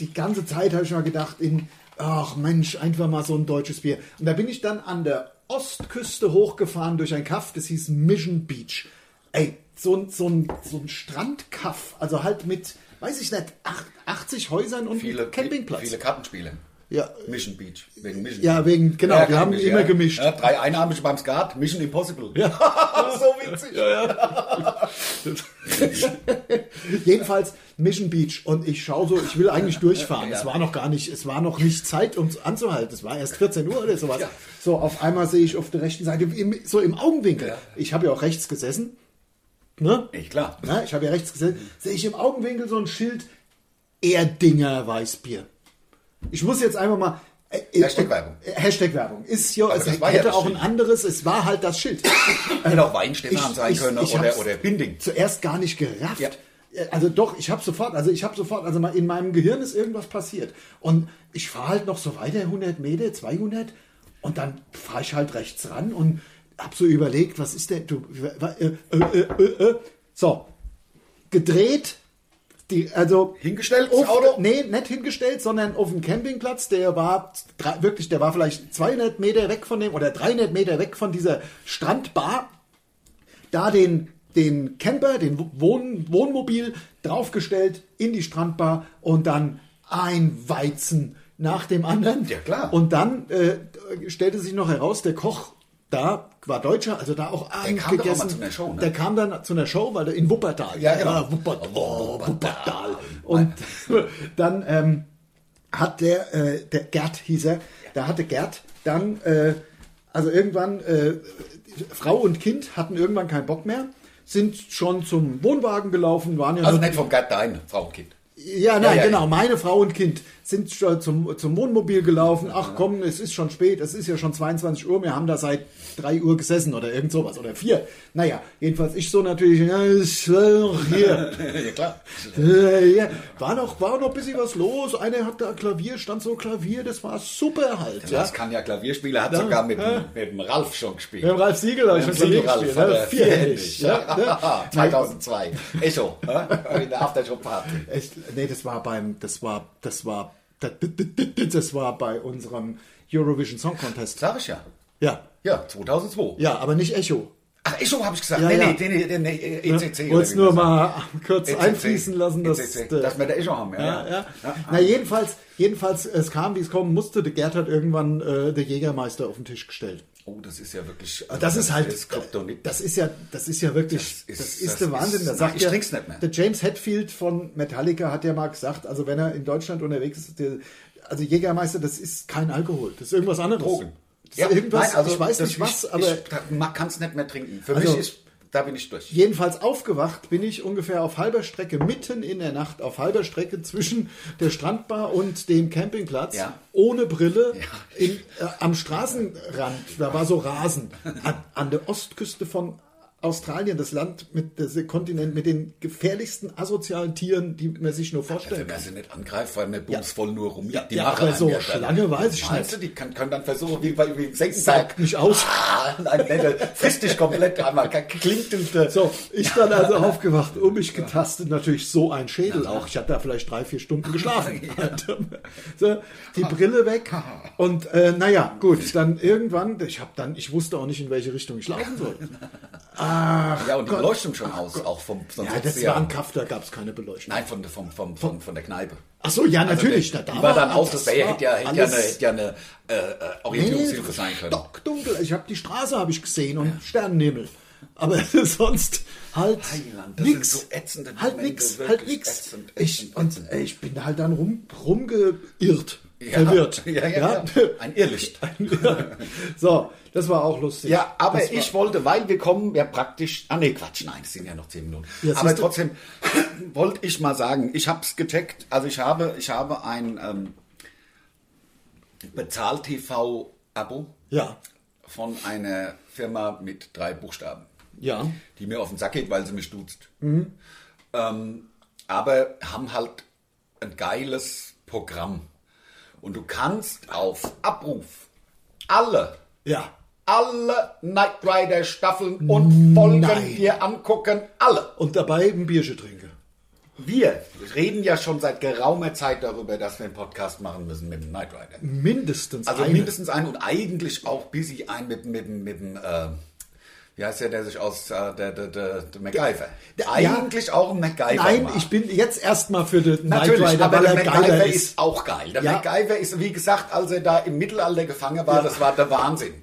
Speaker 2: die ganze Zeit habe ich mal gedacht, in, ach Mensch, einfach mal so ein deutsches Bier. Und da bin ich dann an der Ostküste hochgefahren durch ein Kaff, das hieß Mission Beach. Ey, so, ein- so ein, so ein Strandkaff, also halt mit, weiß ich nicht, ach- 80 Häusern und
Speaker 1: Viele,
Speaker 2: einem Campingplatz.
Speaker 1: viele Kartenspiele.
Speaker 2: Ja.
Speaker 1: Mission Beach. Wegen Mission
Speaker 2: Ja, wegen- genau, wir
Speaker 1: kein
Speaker 2: haben
Speaker 1: Mission,
Speaker 2: immer gemischt.
Speaker 1: Ja, drei Einheimische beim Skat, Mission Impossible. Ja. so witzig.
Speaker 2: Jedenfalls Mission Beach und ich schaue so, ich will eigentlich durchfahren.
Speaker 1: Ja.
Speaker 2: Es war noch gar nicht, es war noch nicht Zeit, um anzuhalten. Es war erst 14 Uhr oder sowas.
Speaker 1: Ja.
Speaker 2: So, auf einmal sehe ich auf der rechten Seite, im, so im Augenwinkel. Ich habe ja auch rechts gesessen. Ne?
Speaker 1: Ey, klar.
Speaker 2: Ne? Ich habe ja rechts gesessen. Sehe ich im Augenwinkel so ein Schild, Erdinger Weißbier. Ich muss jetzt einfach mal. äh, äh,
Speaker 1: Hashtag Werbung.
Speaker 2: äh, Hashtag Werbung. Ist hier,
Speaker 1: Aber
Speaker 2: es
Speaker 1: das
Speaker 2: hätte
Speaker 1: war ja das
Speaker 2: auch ein
Speaker 1: Schild.
Speaker 2: anderes, es war halt das Schild.
Speaker 1: Hätte auch Weinstefan sein können oder,
Speaker 2: hab's
Speaker 1: oder Binding.
Speaker 2: Zuerst gar nicht gerafft.
Speaker 1: Ja.
Speaker 2: Also doch, ich habe sofort, also ich habe sofort, also in meinem Gehirn ist irgendwas passiert. Und ich fahre halt noch so weiter, 100 Meter, 200 und dann fahre ich halt rechts ran und habe so überlegt, was ist denn, du, äh, äh, äh, äh, äh. so, gedreht, die, also
Speaker 1: Hingestellt,
Speaker 2: auf,
Speaker 1: das Auto?
Speaker 2: Nee, nicht hingestellt, sondern auf dem Campingplatz, der war drei, wirklich, der war vielleicht 200 Meter weg von dem oder 300 Meter weg von dieser Strandbar, da den, den Camper, den Wohn, Wohnmobil draufgestellt in die Strandbar und dann ein Weizen nach dem anderen.
Speaker 1: Ja, klar.
Speaker 2: Und dann äh, stellte sich noch heraus, der Koch da war Deutscher, also da auch
Speaker 1: Der
Speaker 2: abends
Speaker 1: kam doch auch mal
Speaker 2: gegessen.
Speaker 1: zu einer Show, ne?
Speaker 2: Der kam dann zu einer Show, weil er in Wuppertal.
Speaker 1: Ja, genau.
Speaker 2: Ah, Wuppertal.
Speaker 1: Oh,
Speaker 2: Wuppertal. Und dann ähm, hat der, äh, der Gerd hieß er, da hatte Gerd dann, äh, also irgendwann, äh, Frau und Kind hatten irgendwann keinen Bock mehr, sind schon zum Wohnwagen gelaufen, waren ja
Speaker 1: Also
Speaker 2: nur-
Speaker 1: nicht vom Gerd, dein Frauenkind.
Speaker 2: ja, nein,
Speaker 1: Ja, ja,
Speaker 2: genau.
Speaker 1: ja.
Speaker 2: Meine Frau und Kind sind schon zum, zum Wohnmobil gelaufen. Ach komm, es ist schon spät, es ist ja schon 22 Uhr, wir haben da seit 3 Uhr gesessen oder irgend sowas oder 4. Naja, jedenfalls ich so natürlich, ja, ich will noch hier.
Speaker 1: ja, klar.
Speaker 2: Äh, ja. War noch, war noch ein bisschen was los. Einer hat da Klavier, stand so Klavier, das war super halt. Ja.
Speaker 1: Das kann ja Klavierspieler, hat sogar mit, dem- mit dem Ralf schon gespielt.
Speaker 2: Wir haben Ralf Siegel, habe ich schon Klavier
Speaker 1: Ralf
Speaker 2: gespielt.
Speaker 1: hat
Speaker 2: Ne?
Speaker 1: er
Speaker 2: Vierhändig.
Speaker 1: vierhändig.
Speaker 2: Ja, ne?
Speaker 1: 2002. Echo. hä? In der Aftershow-Party.
Speaker 2: Echt, nee, das war beim, das war, das war, das, das war bei unserem Eurovision Song Contest.
Speaker 1: Sag ich ja.
Speaker 2: Ja,
Speaker 1: Ja, 2002.
Speaker 2: ja, aber nicht Echo.
Speaker 1: Ach, Echo habe ich gesagt.
Speaker 2: Ja,
Speaker 1: nee,
Speaker 2: ja.
Speaker 1: nee, nee, nee, nee, nee, ECC.
Speaker 2: Wollte es
Speaker 1: E oder wie E
Speaker 2: nur
Speaker 1: man sagt.
Speaker 2: mal kurz
Speaker 1: ECC.
Speaker 2: einfließen lassen, dass,
Speaker 1: ECC.
Speaker 2: äh,
Speaker 1: E dass wir der Echo haben. Ja,
Speaker 2: ja, ja.
Speaker 1: Ja.
Speaker 2: Na, jedenfalls, jedenfalls, es kam, wie es kommen musste. Der Gerd hat irgendwann äh, der Jägermeister auf den Tisch gestellt.
Speaker 1: Oh, das ist ja wirklich.
Speaker 2: Aber das ist halt,
Speaker 1: Das ist Kryptonit.
Speaker 2: das ist ja, das ist ja wirklich, das
Speaker 1: Das
Speaker 2: ist,
Speaker 1: ist- das
Speaker 2: der Wahnsinn.
Speaker 1: ist-
Speaker 2: da
Speaker 1: nein,
Speaker 2: sagt
Speaker 1: ich
Speaker 2: ja,
Speaker 1: trink's nicht mehr.
Speaker 2: Der James Hetfield von Metallica hat ja mal gesagt, also wenn er in Deutschland unterwegs ist, der, also Jägermeister, das ist kein Alkohol, das ist irgendwas anderes.
Speaker 1: Drogen.
Speaker 2: Das ist irgendwas,
Speaker 1: nein, also
Speaker 2: ich weiß
Speaker 1: das-
Speaker 2: nicht was, aber
Speaker 1: Ich kann es nicht mehr trinken. Für
Speaker 2: Also-
Speaker 1: mich ist, da bin ich durch.
Speaker 2: jedenfalls aufgewacht bin ich ungefähr auf halber Strecke, mitten in der Nacht, auf halber Strecke zwischen der Strandbar und dem Campingplatz,
Speaker 1: Ja.
Speaker 2: ohne Brille, in, äh, am Straßenrand, da war so Rasen, an, an der Ostküste von Australien, das Land mit dem Kontinent mit den gefährlichsten asozialen Tieren, die man sich nur vorstellen
Speaker 1: Also Wenn
Speaker 2: kann.
Speaker 1: man sie nicht angreift, weil man bumsvoll nur rumliegt. Die
Speaker 2: Ja,
Speaker 1: machen
Speaker 2: aber
Speaker 1: einen
Speaker 2: so
Speaker 1: ja dann.
Speaker 2: Schlange weiß ich
Speaker 1: Meinst
Speaker 2: nicht.
Speaker 1: du, die kann, können dann versuchen, wie bei wie im Senkenberg.
Speaker 2: Saugt mich aus.
Speaker 1: Ah, nein, nein, frisst dich komplett einmal. Klingt und äh,
Speaker 2: So, ich dann also aufgewacht, um mich getastet, natürlich so ein Schädel auch. Ich hatte da vielleicht drei, vier Stunden geschlafen. so, die Brille weg und äh, naja, gut, dann irgendwann, ich habe dann, ich wusste auch nicht, in welche Richtung ich laufen soll.
Speaker 1: Ja, und die Beleuchtung schon aus, auch vom sonst
Speaker 2: Ja,
Speaker 1: hättest du
Speaker 2: das war ein Kaff, da gab es keine Beleuchtung.
Speaker 1: Nein, von, von, von, von, von der Kneipe.
Speaker 2: Ach so, ja, natürlich.
Speaker 1: Also,
Speaker 2: da-
Speaker 1: die war dann
Speaker 2: alles-
Speaker 1: aus, das wäre ja, hätte ja, hätte ja
Speaker 2: alles-
Speaker 1: eine, hätte ja eine äh, äh, Orientierungshilfe sein können.
Speaker 2: Stockdunkel. Ich habe die Straße habe ich gesehen und Sternenhimmel. Aber sonst halt
Speaker 1: Heiland, das sind
Speaker 2: nix.
Speaker 1: so ätzende
Speaker 2: halt
Speaker 1: Momente,
Speaker 2: nix,
Speaker 1: wirklich
Speaker 2: halt nix.
Speaker 1: ätzend,
Speaker 2: ich,
Speaker 1: ätzend,
Speaker 2: und
Speaker 1: ätzend.
Speaker 2: ich bin halt dann rum, rumgeirrt,
Speaker 1: Ja,
Speaker 2: verwirrt.
Speaker 1: Ja, ja, ja. Ein Irrlicht.
Speaker 2: Ja. So, das war auch lustig.
Speaker 1: Ja, aber
Speaker 2: Das war-
Speaker 1: ich wollte, weil wir kommen ja praktisch. Ah, nee, Quatsch, nein, es sind ja noch zehn Minuten.
Speaker 2: Ja,
Speaker 1: aber
Speaker 2: siehst du.
Speaker 1: trotzdem wollte ich mal sagen, ich habe es gecheckt. Also, ich habe, ich habe ein ähm, Bezahl-TV-Abo
Speaker 2: Ja,
Speaker 1: von einer Firma mit drei Buchstaben,
Speaker 2: ja.
Speaker 1: die mir auf den Sack geht, weil sie mich duzt.
Speaker 2: Mhm.
Speaker 1: Ähm, aber haben halt ein geiles Programm. Und du kannst auf Abruf alle
Speaker 2: Ja.
Speaker 1: alle Knight Rider Staffeln und Folgen
Speaker 2: Nein.
Speaker 1: dir angucken. Alle.
Speaker 2: Und dabei ein Bierchen trinke.
Speaker 1: Wir reden ja schon seit geraumer Zeit darüber, dass wir einen Podcast machen müssen mit dem Knight Rider.
Speaker 2: Mindestens
Speaker 1: Also
Speaker 2: eine.
Speaker 1: mindestens einen und eigentlich auch busy einen mit mit mit dem äh, wie heißt der, der sich aus äh, der, der, der, der MacGyver.
Speaker 2: Der-
Speaker 1: eigentlich auch ein MacGyver.
Speaker 2: Nein,
Speaker 1: mal.
Speaker 2: ich bin jetzt erstmal für den Knight
Speaker 1: Natürlich,
Speaker 2: Rider,
Speaker 1: aber
Speaker 2: weil
Speaker 1: der
Speaker 2: er geiler
Speaker 1: MacGyver
Speaker 2: ist.
Speaker 1: ist auch geil. Der
Speaker 2: Ja.
Speaker 1: MacGyver ist, wie gesagt, als er da im Mittelalter gefangen war, das war der Wahnsinn.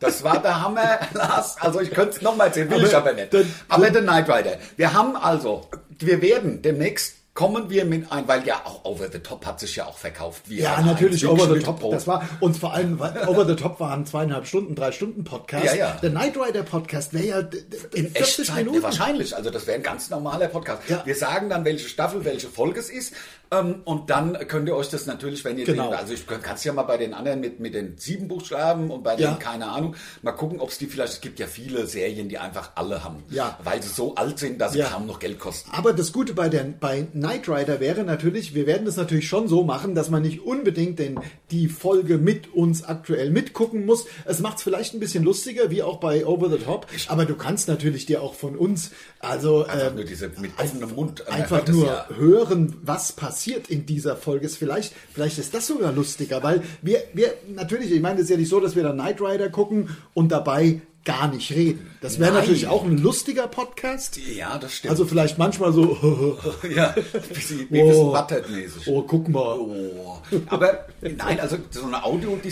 Speaker 1: Das war der Hammer. Lars. Also ich könnte es nochmal erzählen, will
Speaker 2: Aber
Speaker 1: ich aber nicht.
Speaker 2: dann-
Speaker 1: aber der Knight Rider. Wir haben also, wir werden demnächst kommen wir mit ein, weil ja auch Over the Top hat sich ja auch verkauft. Wie
Speaker 2: Ja,
Speaker 1: ein-
Speaker 2: natürlich,
Speaker 1: ein
Speaker 2: Over the
Speaker 1: Stück
Speaker 2: Top.
Speaker 1: Brot.
Speaker 2: Das war, und vor allem, weil Over the Top war ein zweieinhalb Stunden, drei Stunden Podcast.
Speaker 1: Ja, ja.
Speaker 2: Der Knight Rider Podcast wäre ja d- d-
Speaker 1: in
Speaker 2: 40
Speaker 1: Echtzeit
Speaker 2: Minuten.
Speaker 1: wahrscheinlich. Also das wäre ein ganz normaler Podcast.
Speaker 2: Ja.
Speaker 1: Wir sagen dann, welche Staffel, welche Folge es ist. Ähm, und dann könnt ihr euch das natürlich, wenn ihr
Speaker 2: Genau.
Speaker 1: den, also ich kann es ja mal bei den anderen mit, mit den sieben Buchstaben und bei
Speaker 2: Ja.
Speaker 1: denen, keine Ahnung, mal gucken, ob es die vielleicht, es gibt ja viele Serien, die einfach alle haben.
Speaker 2: Ja.
Speaker 1: Weil sie so alt sind, dass sie
Speaker 2: Ja.
Speaker 1: kaum noch Geld kosten.
Speaker 2: Aber das Gute bei, der, bei Knight Rider wäre natürlich, wir werden es natürlich schon so machen, dass man nicht unbedingt den, die Folge mit uns aktuell mitgucken muss. Es macht es vielleicht ein bisschen lustiger, wie auch bei Over the Top. Aber du kannst natürlich dir auch von uns, also
Speaker 1: Einfach
Speaker 2: ähm,
Speaker 1: nur diese mit offenem Mund. Man
Speaker 2: einfach
Speaker 1: hört es
Speaker 2: nur
Speaker 1: ja.
Speaker 2: hören, was passiert in dieser Folge. Ist vielleicht, vielleicht ist das sogar lustiger, weil wir, wir natürlich, ich meine, es ist ja nicht so, dass wir dann Knight Rider gucken und dabei gar nicht reden. Das wäre
Speaker 1: Nein.
Speaker 2: natürlich auch ein lustiger Podcast.
Speaker 1: Ja, das stimmt.
Speaker 2: Also vielleicht manchmal so,
Speaker 1: ja, wie
Speaker 2: Oh.
Speaker 1: Buttermäßig.
Speaker 2: oh, guck mal.
Speaker 1: Oh. Aber nein, also so eine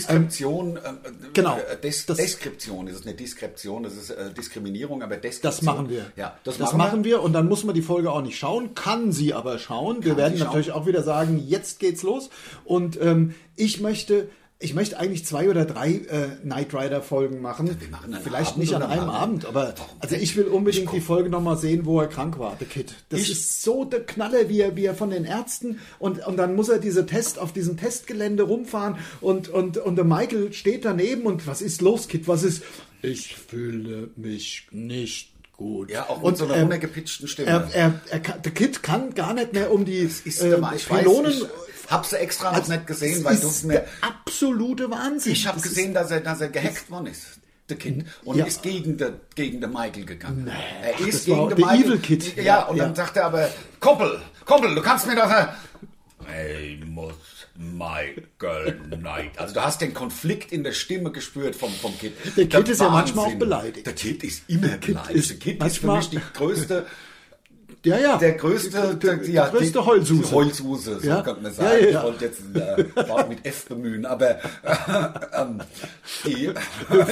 Speaker 1: Audiodeskription, ähm,
Speaker 2: genau.
Speaker 1: äh, Des
Speaker 2: Das-
Speaker 1: Deskription, das ist eine Diskretion, das ist äh, Diskriminierung, aber Deskription.
Speaker 2: Das machen wir.
Speaker 1: Ja,
Speaker 2: das, machen wir. und dann muss man die Folge auch nicht schauen, kann sie aber schauen. wir werden
Speaker 1: sie
Speaker 2: natürlich auch wieder sagen, jetzt geht's los. Und ähm, ich möchte. Ich möchte eigentlich zwei oder drei äh, Knight Rider Folgen machen.
Speaker 1: machen einen
Speaker 2: Vielleicht
Speaker 1: Abend
Speaker 2: nicht an
Speaker 1: oder
Speaker 2: einem
Speaker 1: mal.
Speaker 2: Abend, aber
Speaker 1: Warum
Speaker 2: also
Speaker 1: denn?
Speaker 2: ich will unbedingt die Folge nochmal sehen, wo er krank war, der Kid. Das
Speaker 1: Ich-
Speaker 2: ist so der Knaller, wie er, wie er von den Ärzten und, und dann muss er diese Test auf diesem Testgelände rumfahren und, und, und der Michael steht daneben und was ist los, Kid? Was ist? Ich fühle mich nicht gut.
Speaker 1: Ja, auch mit
Speaker 2: und
Speaker 1: so einer
Speaker 2: ähm,
Speaker 1: runtergepitchten Stimme.
Speaker 2: er, er, er, kann- der Kid kann gar nicht mehr um die
Speaker 1: ist
Speaker 2: äh,
Speaker 1: immer, ich
Speaker 2: Pylonen.
Speaker 1: weiß, ich hab's extra noch nicht gesehen,
Speaker 2: Das
Speaker 1: weil
Speaker 2: ist
Speaker 1: du es mir.
Speaker 2: der absolute Wahnsinn.
Speaker 1: Ich habe
Speaker 2: Das ist-
Speaker 1: gesehen, dass er, dass er gehackt worden ist. Der Kind. Und
Speaker 2: Ja.
Speaker 1: ist gegen den gegen den Michael gegangen.
Speaker 2: ach,
Speaker 1: er
Speaker 2: das
Speaker 1: ist gegen
Speaker 2: war
Speaker 1: den
Speaker 2: der
Speaker 1: Michael.
Speaker 2: Evil Kid.
Speaker 1: Ja,
Speaker 2: Ja,
Speaker 1: und
Speaker 2: ja.
Speaker 1: dann sagt er aber, Kumpel, Kumpel, du kannst mir doch... äh, Ich muss Michael Knight. Also du hast den Konflikt in der Stimme gespürt vom, vom Kid.
Speaker 2: Der Kid ist ja manchmal auch beleidigt.
Speaker 1: Der Kid ist immer beleidigt.
Speaker 2: ist
Speaker 1: der Kid ist für
Speaker 2: manchmal-
Speaker 1: mich die größte
Speaker 2: Ja, ja.
Speaker 1: Der größte,
Speaker 2: Die- die- die größte Heulsuse.
Speaker 1: Die Heulsuse, so
Speaker 2: Ja.
Speaker 1: könnte man
Speaker 2: Ja,
Speaker 1: sagen.
Speaker 2: ja, ja.
Speaker 1: Ich wollte jetzt ein Wort mit F bemühen, aber äh, ähm, die,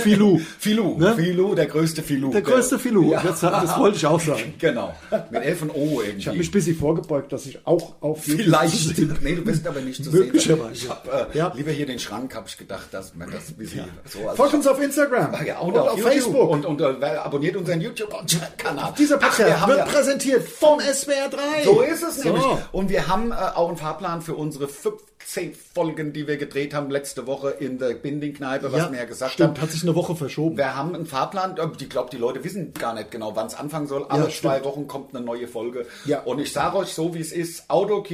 Speaker 2: Filou.
Speaker 1: Filou,
Speaker 2: Ne?
Speaker 1: Filou, der größte Filou.
Speaker 2: Der größte Filou. Das, das wollte ich auch sagen.
Speaker 1: Genau, mit F und O irgendwie.
Speaker 2: Ich habe mich ein bisschen vorgebeugt, dass ich auch auf jeden
Speaker 1: Vielleicht. Nee, du bist aber nicht zu sehen.
Speaker 2: Möglicherweise.
Speaker 1: Ich hab, äh,
Speaker 2: Ja.
Speaker 1: Lieber hier den Schrank, habe ich gedacht, dass man das ein bisschen so
Speaker 2: Folgt uns auf Instagram
Speaker 1: ja, und,
Speaker 2: und
Speaker 1: auf,
Speaker 2: auf
Speaker 1: YouTube.
Speaker 2: Facebook.
Speaker 1: Und, und äh, abonniert unseren YouTube-Kanal.
Speaker 2: Dieser
Speaker 1: Ach,
Speaker 2: Podcast
Speaker 1: wir haben
Speaker 2: wird
Speaker 1: ja-
Speaker 2: präsentiert vom SWR 3.
Speaker 1: So ist es
Speaker 2: So.
Speaker 1: nämlich. Und wir haben äh, auch einen Fahrplan für unsere 15 Folgen, die wir gedreht haben letzte Woche in der Binding-Kneipe, was
Speaker 2: Ja,
Speaker 1: wir ja gesagt
Speaker 2: stimmt,
Speaker 1: haben.
Speaker 2: hat sich eine Woche verschoben.
Speaker 1: Wir haben einen Fahrplan. Äh, Ich glaube, die Leute wissen gar nicht genau, wann es anfangen soll. Alle
Speaker 2: Ja,
Speaker 1: zwei
Speaker 2: stimmt.
Speaker 1: Wochen kommt eine neue Folge.
Speaker 2: Ja.
Speaker 1: Und ich sage euch so, wie es ist.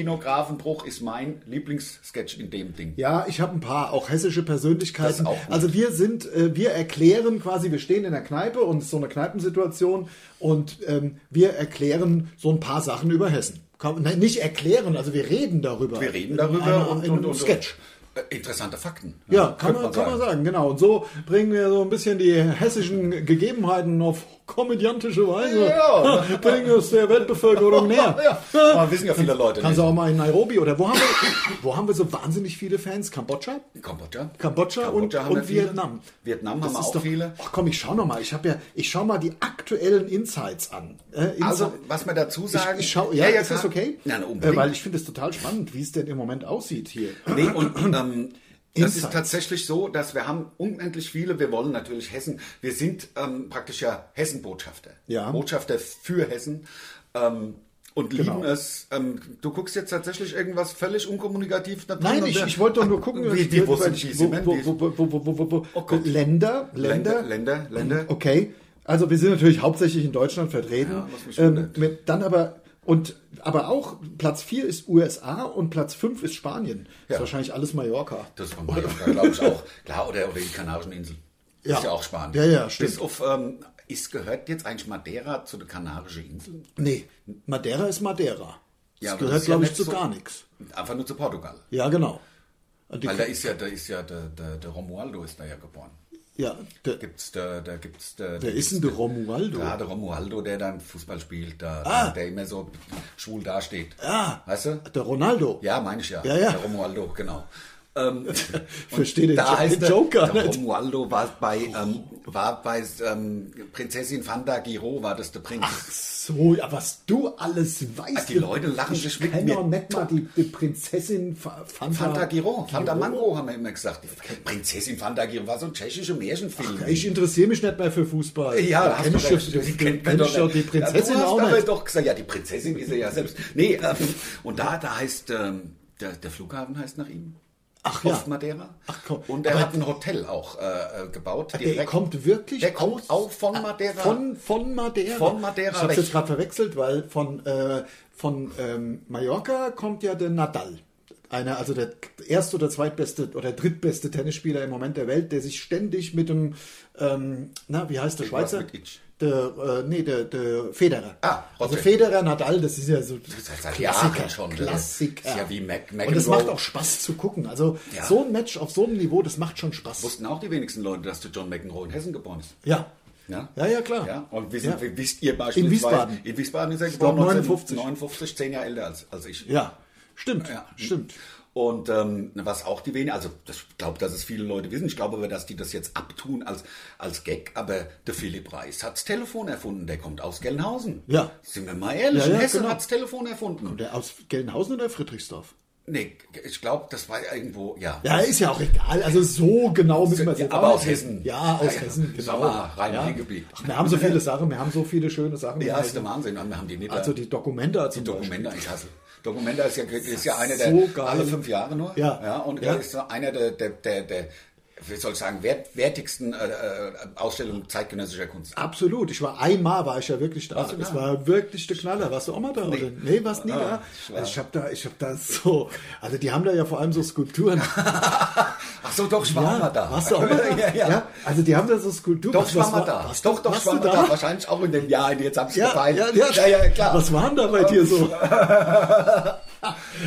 Speaker 1: Autokinografenbruch ist mein Lieblingssketch in dem Ding.
Speaker 2: Ja, ich habe ein paar, auch hessische Persönlichkeiten.
Speaker 1: Das auch gut.
Speaker 2: also wir sind, äh, wir erklären quasi, wir stehen in der Kneipe und es ist so eine Kneipensituation und ähm, wir erklären so ein paar Sachen über Hessen. Kann, nein, nicht erklären, also wir reden darüber.
Speaker 1: Wir reden
Speaker 2: In
Speaker 1: darüber
Speaker 2: einer-
Speaker 1: und,
Speaker 2: in
Speaker 1: und,
Speaker 2: einem
Speaker 1: und
Speaker 2: Sketch.
Speaker 1: Äh, Interessante Fakten.
Speaker 2: Ja, kann,
Speaker 1: Also, könnte
Speaker 2: man, kann man sagen, genau. Und so bringen wir so ein bisschen die hessischen Gegebenheiten auf komödiantische Weise.
Speaker 1: Ja.
Speaker 2: bringen es der Weltbevölkerung näher.
Speaker 1: Ja, aber wissen ja viele Leute.
Speaker 2: Kannst du
Speaker 1: nicht.
Speaker 2: auch mal in Nairobi oder wo haben wir, wo haben wir so wahnsinnig viele Fans? Kambodscha?
Speaker 1: Kambodscha.
Speaker 2: Kambodscha und- und
Speaker 1: viele.
Speaker 2: Vietnam.
Speaker 1: Vietnam haben wir
Speaker 2: ist
Speaker 1: auch
Speaker 2: doch,
Speaker 1: viele.
Speaker 2: Ach komm, ich schau noch mal. Ich habe ja, ich schau mal die aktuellen Insights an. Äh, Insi-
Speaker 1: Also, was wir dazu sagen.
Speaker 2: ich, ich schau, ja, jetzt ist
Speaker 1: klar.
Speaker 2: das okay.
Speaker 1: Nein,
Speaker 2: äh,
Speaker 1: unbedingt.
Speaker 2: weil ich finde es total spannend, wie es denn im Moment aussieht hier.
Speaker 1: Nee, und ähm, das ist
Speaker 2: Insights.
Speaker 1: tatsächlich so, dass wir haben unendlich viele, wir wollen natürlich Hessen, wir sind ähm, praktisch ja Hessen-Botschafter.
Speaker 2: Ja.
Speaker 1: Botschafter für Hessen. Ähm, und lieben
Speaker 2: Genau.
Speaker 1: es. Ähm, du guckst jetzt tatsächlich irgendwas völlig unkommunikativ. da drin
Speaker 2: Nein,
Speaker 1: und
Speaker 2: ich,
Speaker 1: der-
Speaker 2: ich wollte doch nur gucken,
Speaker 1: Wie, die, wo sind die? Siemens?
Speaker 2: wo, wo, wo, wo, wo, wo, wo, wo,
Speaker 1: Oh Gott.
Speaker 2: Länder,
Speaker 1: Länder,
Speaker 2: Länder,
Speaker 1: Länder, Länder.
Speaker 2: Okay, also wir sind natürlich hauptsächlich in Deutschland vertreten.
Speaker 1: Ja, was mich
Speaker 2: ähm,
Speaker 1: wundert.
Speaker 2: mit, dann aber und aber auch Platz 4 ist USA und Platz 5 ist Spanien.
Speaker 1: Ja.
Speaker 2: Ist wahrscheinlich alles Mallorca.
Speaker 1: Das war Mallorca, glaube ich auch. Klar, oder, oder die Kanarischen Inseln.
Speaker 2: Ja.
Speaker 1: Ist ja auch Spanien.
Speaker 2: Ja, ja, stimmt.
Speaker 1: Bis auf, ähm, ist, gehört jetzt eigentlich Madeira zu den Kanarischen Inseln?
Speaker 2: Nee, Madeira ist Madeira. Das
Speaker 1: Ja, aber das
Speaker 2: gehört
Speaker 1: ist ja
Speaker 2: glaube ich
Speaker 1: nicht
Speaker 2: zu
Speaker 1: so-
Speaker 2: gar nichts.
Speaker 1: Einfach nur zu Portugal.
Speaker 2: Ja, genau. Und Die,
Speaker 1: Weil da ist ja, da ist ja, der, der, der Romualdo ist da ja geboren.
Speaker 2: ja, der,
Speaker 1: Gibt's da, da gibt's da.
Speaker 2: wer ist denn der Romualdo?
Speaker 1: Da der Romualdo, der dann Fußball spielt, da, der immer so schwul dasteht.
Speaker 2: Ah.
Speaker 1: Weißt du?
Speaker 2: Der Ronaldo.
Speaker 1: Ja, meine ich ja.
Speaker 2: Ja, ja.
Speaker 1: Der Romualdo, genau. Ähm,
Speaker 2: Verstehe den Jo- den
Speaker 1: der,
Speaker 2: Joker
Speaker 1: der
Speaker 2: nicht.
Speaker 1: Romualdo war bei, ähm, war bei ähm, Prinzessin Fanda Giro, war das der Prinz.
Speaker 2: So, ja, was du alles weißt.
Speaker 1: Ach, die Leute lachen
Speaker 2: ich
Speaker 1: sich mit
Speaker 2: kenn
Speaker 1: mir.
Speaker 2: doch nicht mal die, die Prinzessin Fa- Fanta,
Speaker 1: Fanta Giro, Fanta Mango haben wir immer gesagt. Die Prinzessin Fanta Giro war so ein tschechischer Märchenfilm.
Speaker 2: Ich interessiere mich nicht mehr für Fußball.
Speaker 1: Ja,
Speaker 2: da
Speaker 1: hast
Speaker 2: kenn
Speaker 1: du
Speaker 2: ich,
Speaker 1: recht.
Speaker 2: doch-
Speaker 1: Die kennt
Speaker 2: kenn
Speaker 1: man
Speaker 2: ich
Speaker 1: doch
Speaker 2: doch
Speaker 1: nicht.
Speaker 2: die
Speaker 1: ja,
Speaker 2: Prinzessin
Speaker 1: du hast
Speaker 2: auch
Speaker 1: aber
Speaker 2: nicht.
Speaker 1: doch gesagt, ja, die Prinzessin ist er ja selbst. Nee, ähm, und da, da heißt, ähm, der, der Flughafen heißt nach ihm.
Speaker 2: Ach
Speaker 1: Auf
Speaker 2: ja.
Speaker 1: Madeira.
Speaker 2: Ach komm,
Speaker 1: Und er
Speaker 2: aber-
Speaker 1: hat ein Hotel auch äh, äh, gebaut.
Speaker 2: Der kommt wirklich
Speaker 1: Der kommt
Speaker 2: aus-
Speaker 1: auch von Madeira.
Speaker 2: Von, von Madeira.
Speaker 1: Von Madeira
Speaker 2: Ich habe
Speaker 1: weg.
Speaker 2: jetzt gerade verwechselt, weil von, äh, von ähm, Mallorca kommt ja der Nadal. Einer, also der erst- oder zweitbeste oder drittbeste Tennisspieler im Moment der Welt, der sich ständig mit dem, ähm, na, wie heißt der
Speaker 1: Irgendwas
Speaker 2: Schweizer?
Speaker 1: mit Itch.
Speaker 2: Der, äh, nee, der, der Federer.
Speaker 1: Ah,
Speaker 2: also
Speaker 1: okay.
Speaker 2: Federer, Nadal, das ist ja so
Speaker 1: ist seit
Speaker 2: Klassiker.
Speaker 1: Jahren schon, ne?
Speaker 2: Klassiker.
Speaker 1: Ist ja wie Mac-
Speaker 2: Und das
Speaker 1: McEnroe.
Speaker 2: macht auch Spaß zu gucken. Also
Speaker 1: Ja.
Speaker 2: so ein Match auf so einem Niveau, das macht schon Spaß.
Speaker 1: Wussten auch die wenigsten Leute, dass der John McEnroe in Hessen geboren ist.
Speaker 2: Ja.
Speaker 1: Ja?
Speaker 2: Ja, ja, klar.
Speaker 1: Ja, und wissen,
Speaker 2: Ja.
Speaker 1: wisst ihr beispielsweise...
Speaker 2: Wiesbaden.
Speaker 1: In Wiesbaden ist er
Speaker 2: glaub,
Speaker 1: geboren.
Speaker 2: 59.
Speaker 1: 59, zehn Jahre älter als, als ich.
Speaker 2: Ja, stimmt.
Speaker 1: Ja.
Speaker 2: Stimmt.
Speaker 1: Und ähm, was auch die wenigen, also das- ich glaube, dass es viele Leute wissen, ich glaube aber, dass die das jetzt abtun als, als Gag, aber der Philipp Reis hat's Telefon erfunden, der kommt aus Gelnhausen.
Speaker 2: Ja.
Speaker 1: Sind wir mal ehrlich,
Speaker 2: Ja, ja,
Speaker 1: Hessen
Speaker 2: genau.
Speaker 1: hat's Telefon erfunden.
Speaker 2: Der aus Gelnhausen oder Friedrichsdorf?
Speaker 1: Nee, ich glaube, das war irgendwo, ja.
Speaker 2: Ja, ist ja auch egal. Also so genau müssen wir es
Speaker 1: Ja,
Speaker 2: jetzt
Speaker 1: aber
Speaker 2: auch
Speaker 1: aus
Speaker 2: nicht-
Speaker 1: Hessen.
Speaker 2: Ja, aus
Speaker 1: Ja, ja.
Speaker 2: Hessen,
Speaker 1: Ist
Speaker 2: genau.
Speaker 1: aber rein
Speaker 2: ja.
Speaker 1: Rhein-Gebiet.
Speaker 2: Ach, wir haben so viele Sachen, wir haben so viele schöne Sachen.
Speaker 1: Ja,
Speaker 2: in
Speaker 1: ist der
Speaker 2: Hessen.
Speaker 1: Wahnsinn, wir haben die nicht.
Speaker 2: also die Dokumenta zum
Speaker 1: Dokumenta in Kassel. Dokumenta ist ja, ist ja einer der
Speaker 2: so geil.
Speaker 1: alle fünf Jahre nur.
Speaker 2: Ja.
Speaker 1: ja und
Speaker 2: Ja.
Speaker 1: ist so einer der, der, der, der wie soll ich sagen, wert, wertigsten äh, äh, Ausstellungen zeitgenössischer Kunst.
Speaker 2: Beispiel. Absolut. Ich war einmal, war ich ja wirklich da.
Speaker 1: du
Speaker 2: Das
Speaker 1: da?
Speaker 2: war wirklich der Knaller. Warst du auch mal da? Nee, oder? nee warst nie
Speaker 1: Ah,
Speaker 2: da. Also ich habe da, ich habe da so, also die haben da ja vor allem so Skulpturen.
Speaker 1: Ach so, doch, ich war auch mal da.
Speaker 2: Warst du auch mal da?
Speaker 1: ja, ja.
Speaker 2: Also die haben da so Skulpturen.
Speaker 1: Doch,
Speaker 2: Was-
Speaker 1: ich war
Speaker 2: was
Speaker 1: mal da.
Speaker 2: warst du-
Speaker 1: Doch, doch, ich
Speaker 2: warst
Speaker 1: war
Speaker 2: du
Speaker 1: mal da. Wahrscheinlich auch in dem Jahr, in dem jetzt hab's
Speaker 2: Ja,
Speaker 1: gefallen.
Speaker 2: ja, ja,
Speaker 1: ja, klar.
Speaker 2: Was waren da bei dir so?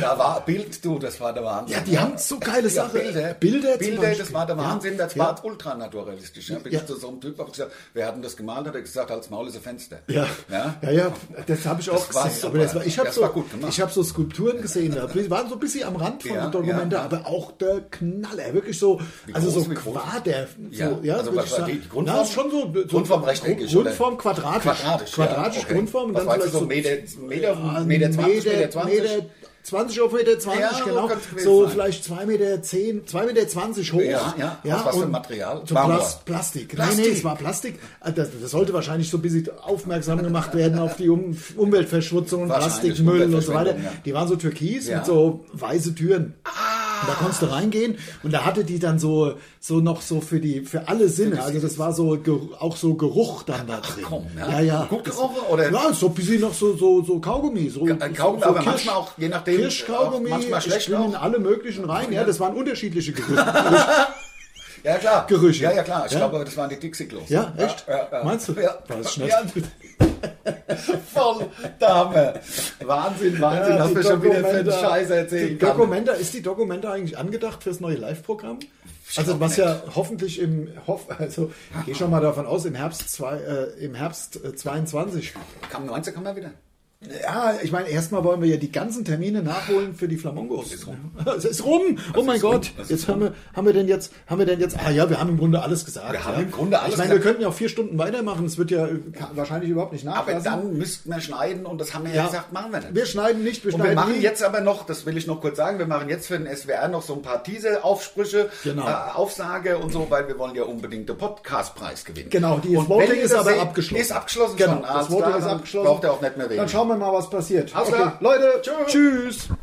Speaker 1: Da war Bild, du, das war der Wahnsinn.
Speaker 2: Ja, die haben so geile
Speaker 1: Ja,
Speaker 2: Sachen.
Speaker 1: Bilder,
Speaker 2: Bilder zum
Speaker 1: Bilder
Speaker 2: Beispiel.
Speaker 1: das war der
Speaker 2: Ja.
Speaker 1: Wahnsinn, das
Speaker 2: Ja.
Speaker 1: war ultranaturalistisch. Da bin
Speaker 2: Ja.
Speaker 1: ich zu so einem Typ, hab gesagt, wer hat denn das gemalt? Hat er gesagt, als Maul ist ein Fenster.
Speaker 2: Ja,
Speaker 1: ja?
Speaker 2: ja, ja, das habe ich auch
Speaker 1: war
Speaker 2: gesehen.
Speaker 1: super.
Speaker 2: Aber das war, ich habe
Speaker 1: Das
Speaker 2: so,
Speaker 1: war gut gemacht.
Speaker 2: ich habe so Skulpturen gesehen, da waren so ein bisschen am Rand von
Speaker 1: Ja,
Speaker 2: den Dokumenten,
Speaker 1: ja.
Speaker 2: aber auch der Knaller, wirklich so, also
Speaker 1: groß,
Speaker 2: so
Speaker 1: wie groß?
Speaker 2: Quader,
Speaker 1: Ja,
Speaker 2: so, ja,
Speaker 1: also
Speaker 2: würde
Speaker 1: was
Speaker 2: ich
Speaker 1: war
Speaker 2: sagen.
Speaker 1: die- die Grundform?
Speaker 2: Na, ist schon so, so
Speaker 1: Grundform rechteckig,
Speaker 2: Grund- Grundform
Speaker 1: oder?
Speaker 2: quadratisch,
Speaker 1: Quadratisch,
Speaker 2: quadratisch
Speaker 1: ja, okay.
Speaker 2: Grundform, und
Speaker 1: Was
Speaker 2: dann
Speaker 1: meinst
Speaker 2: vielleicht
Speaker 1: du,
Speaker 2: so
Speaker 1: so Meter, Meter,
Speaker 2: ja,
Speaker 1: Meter 20, Meter 20?
Speaker 2: Meter 20 auf Meter 20,
Speaker 1: Ja, so
Speaker 2: genau.
Speaker 1: kann's gewesen
Speaker 2: So
Speaker 1: sein.
Speaker 2: vielleicht 2 Meter 10, 2 Meter 20 hoch.
Speaker 1: Ja, ja. Aus was für
Speaker 2: und
Speaker 1: Material?
Speaker 2: So
Speaker 1: Marmor.
Speaker 2: Plas- Plastik. Nein,
Speaker 1: Plastik.
Speaker 2: nee, es war Plastik. Ah, Das, das sollte wahrscheinlich so ein bisschen aufmerksam gemacht werden auf die um Umweltverschmutzung und
Speaker 1: Wahrscheinlich,
Speaker 2: Plastikmüll und so weiter.
Speaker 1: Umweltverschwendung, ja.
Speaker 2: Die waren so türkis
Speaker 1: Ja. Ah.
Speaker 2: mit so weiße Türen. Und da konntest du reingehen und da hatte die dann so, so noch so für die, für alle Sinne. Also das war so, Ge- auch so Geruch dann da drin.
Speaker 1: komm, ja.
Speaker 2: ja, ja.
Speaker 1: Gut gerochen, oder?
Speaker 2: Ja, so ein bisschen noch so, so, so Kaugummi. So,
Speaker 1: Ein Kaugummi,
Speaker 2: so
Speaker 1: aber manchmal auch, je nachdem,
Speaker 2: Kirschkaugummi,
Speaker 1: auch manchmal
Speaker 2: ich
Speaker 1: schlecht
Speaker 2: bin
Speaker 1: auch.
Speaker 2: in alle möglichen rein. Ja, das waren unterschiedliche Gerüche.
Speaker 1: Ja, klar.
Speaker 2: Gerüche.
Speaker 1: Ja, ja, klar. Ich
Speaker 2: Ja.
Speaker 1: glaube, das waren die Dixie-Klos.
Speaker 2: Ja, echt?
Speaker 1: Ja, ja, ja.
Speaker 2: Meinst du?
Speaker 1: Ja.
Speaker 2: Weiß ich nicht.
Speaker 1: Ja. Voll, Dame. Wahnsinn, Wahnsinn.
Speaker 2: Ja,
Speaker 1: Hast
Speaker 2: die
Speaker 1: du schon wieder für einen
Speaker 2: Dokumenta-
Speaker 1: Scheiß erzählt?
Speaker 2: Die Dokumenta, ist die Dokumenta eigentlich angedacht fürs neue Live-Programm? Also
Speaker 1: glaub
Speaker 2: was ja hoffentlich im hoff, also ich gehe schon mal davon aus im Herbst zwei, äh, im Herbst äh, 22.
Speaker 1: Kam 19, kam er wieder.
Speaker 2: Ja, ich meine erstmal wollen wir ja die ganzen Termine nachholen für die
Speaker 1: Oh,
Speaker 2: Flamongos. Ist rum. Es ist rum. Oh mein
Speaker 1: ist rum.
Speaker 2: Gott.
Speaker 1: Es ist
Speaker 2: Jetzt haben wir haben wir denn jetzt haben wir denn jetzt ah ja, wir haben im Grunde alles gesagt.
Speaker 1: Wir haben
Speaker 2: ja.
Speaker 1: im Grunde alles
Speaker 2: Ich meine, wir
Speaker 1: gesagt.
Speaker 2: könnten ja auch vier Stunden weitermachen. Es wird ja, äh, wahrscheinlich überhaupt nicht
Speaker 1: Aber
Speaker 2: nachlassen.
Speaker 1: dann müssten wir schneiden und das haben wir ja,
Speaker 2: ja.
Speaker 1: gesagt, machen wir nicht.
Speaker 2: Wir schneiden nicht, wir
Speaker 1: und
Speaker 2: schneiden
Speaker 1: wir machen
Speaker 2: nie.
Speaker 1: jetzt aber noch, das will ich noch kurz sagen, wir machen jetzt für den SWR noch so ein paar Teaser-Aufsprüche,
Speaker 2: Genau.
Speaker 1: äh, Aufsage und so, weil wir wollen ja unbedingt den Podcastpreis gewinnen.
Speaker 2: Genau, die- das
Speaker 1: Und
Speaker 2: Voting
Speaker 1: wenn ihr
Speaker 2: ist
Speaker 1: das
Speaker 2: aber
Speaker 1: seht,
Speaker 2: abgeschlossen.
Speaker 1: Ist abgeschlossen
Speaker 2: Genau,
Speaker 1: schon.
Speaker 2: das
Speaker 1: Alles
Speaker 2: Voting
Speaker 1: klar,
Speaker 2: ist
Speaker 1: dann
Speaker 2: abgeschlossen.
Speaker 1: Braucht er auch nicht mehr reden.
Speaker 2: Dann schauen wir mal, was passiert.
Speaker 1: Alles klar.
Speaker 2: Leute,
Speaker 1: Tschüss.
Speaker 2: tschüss.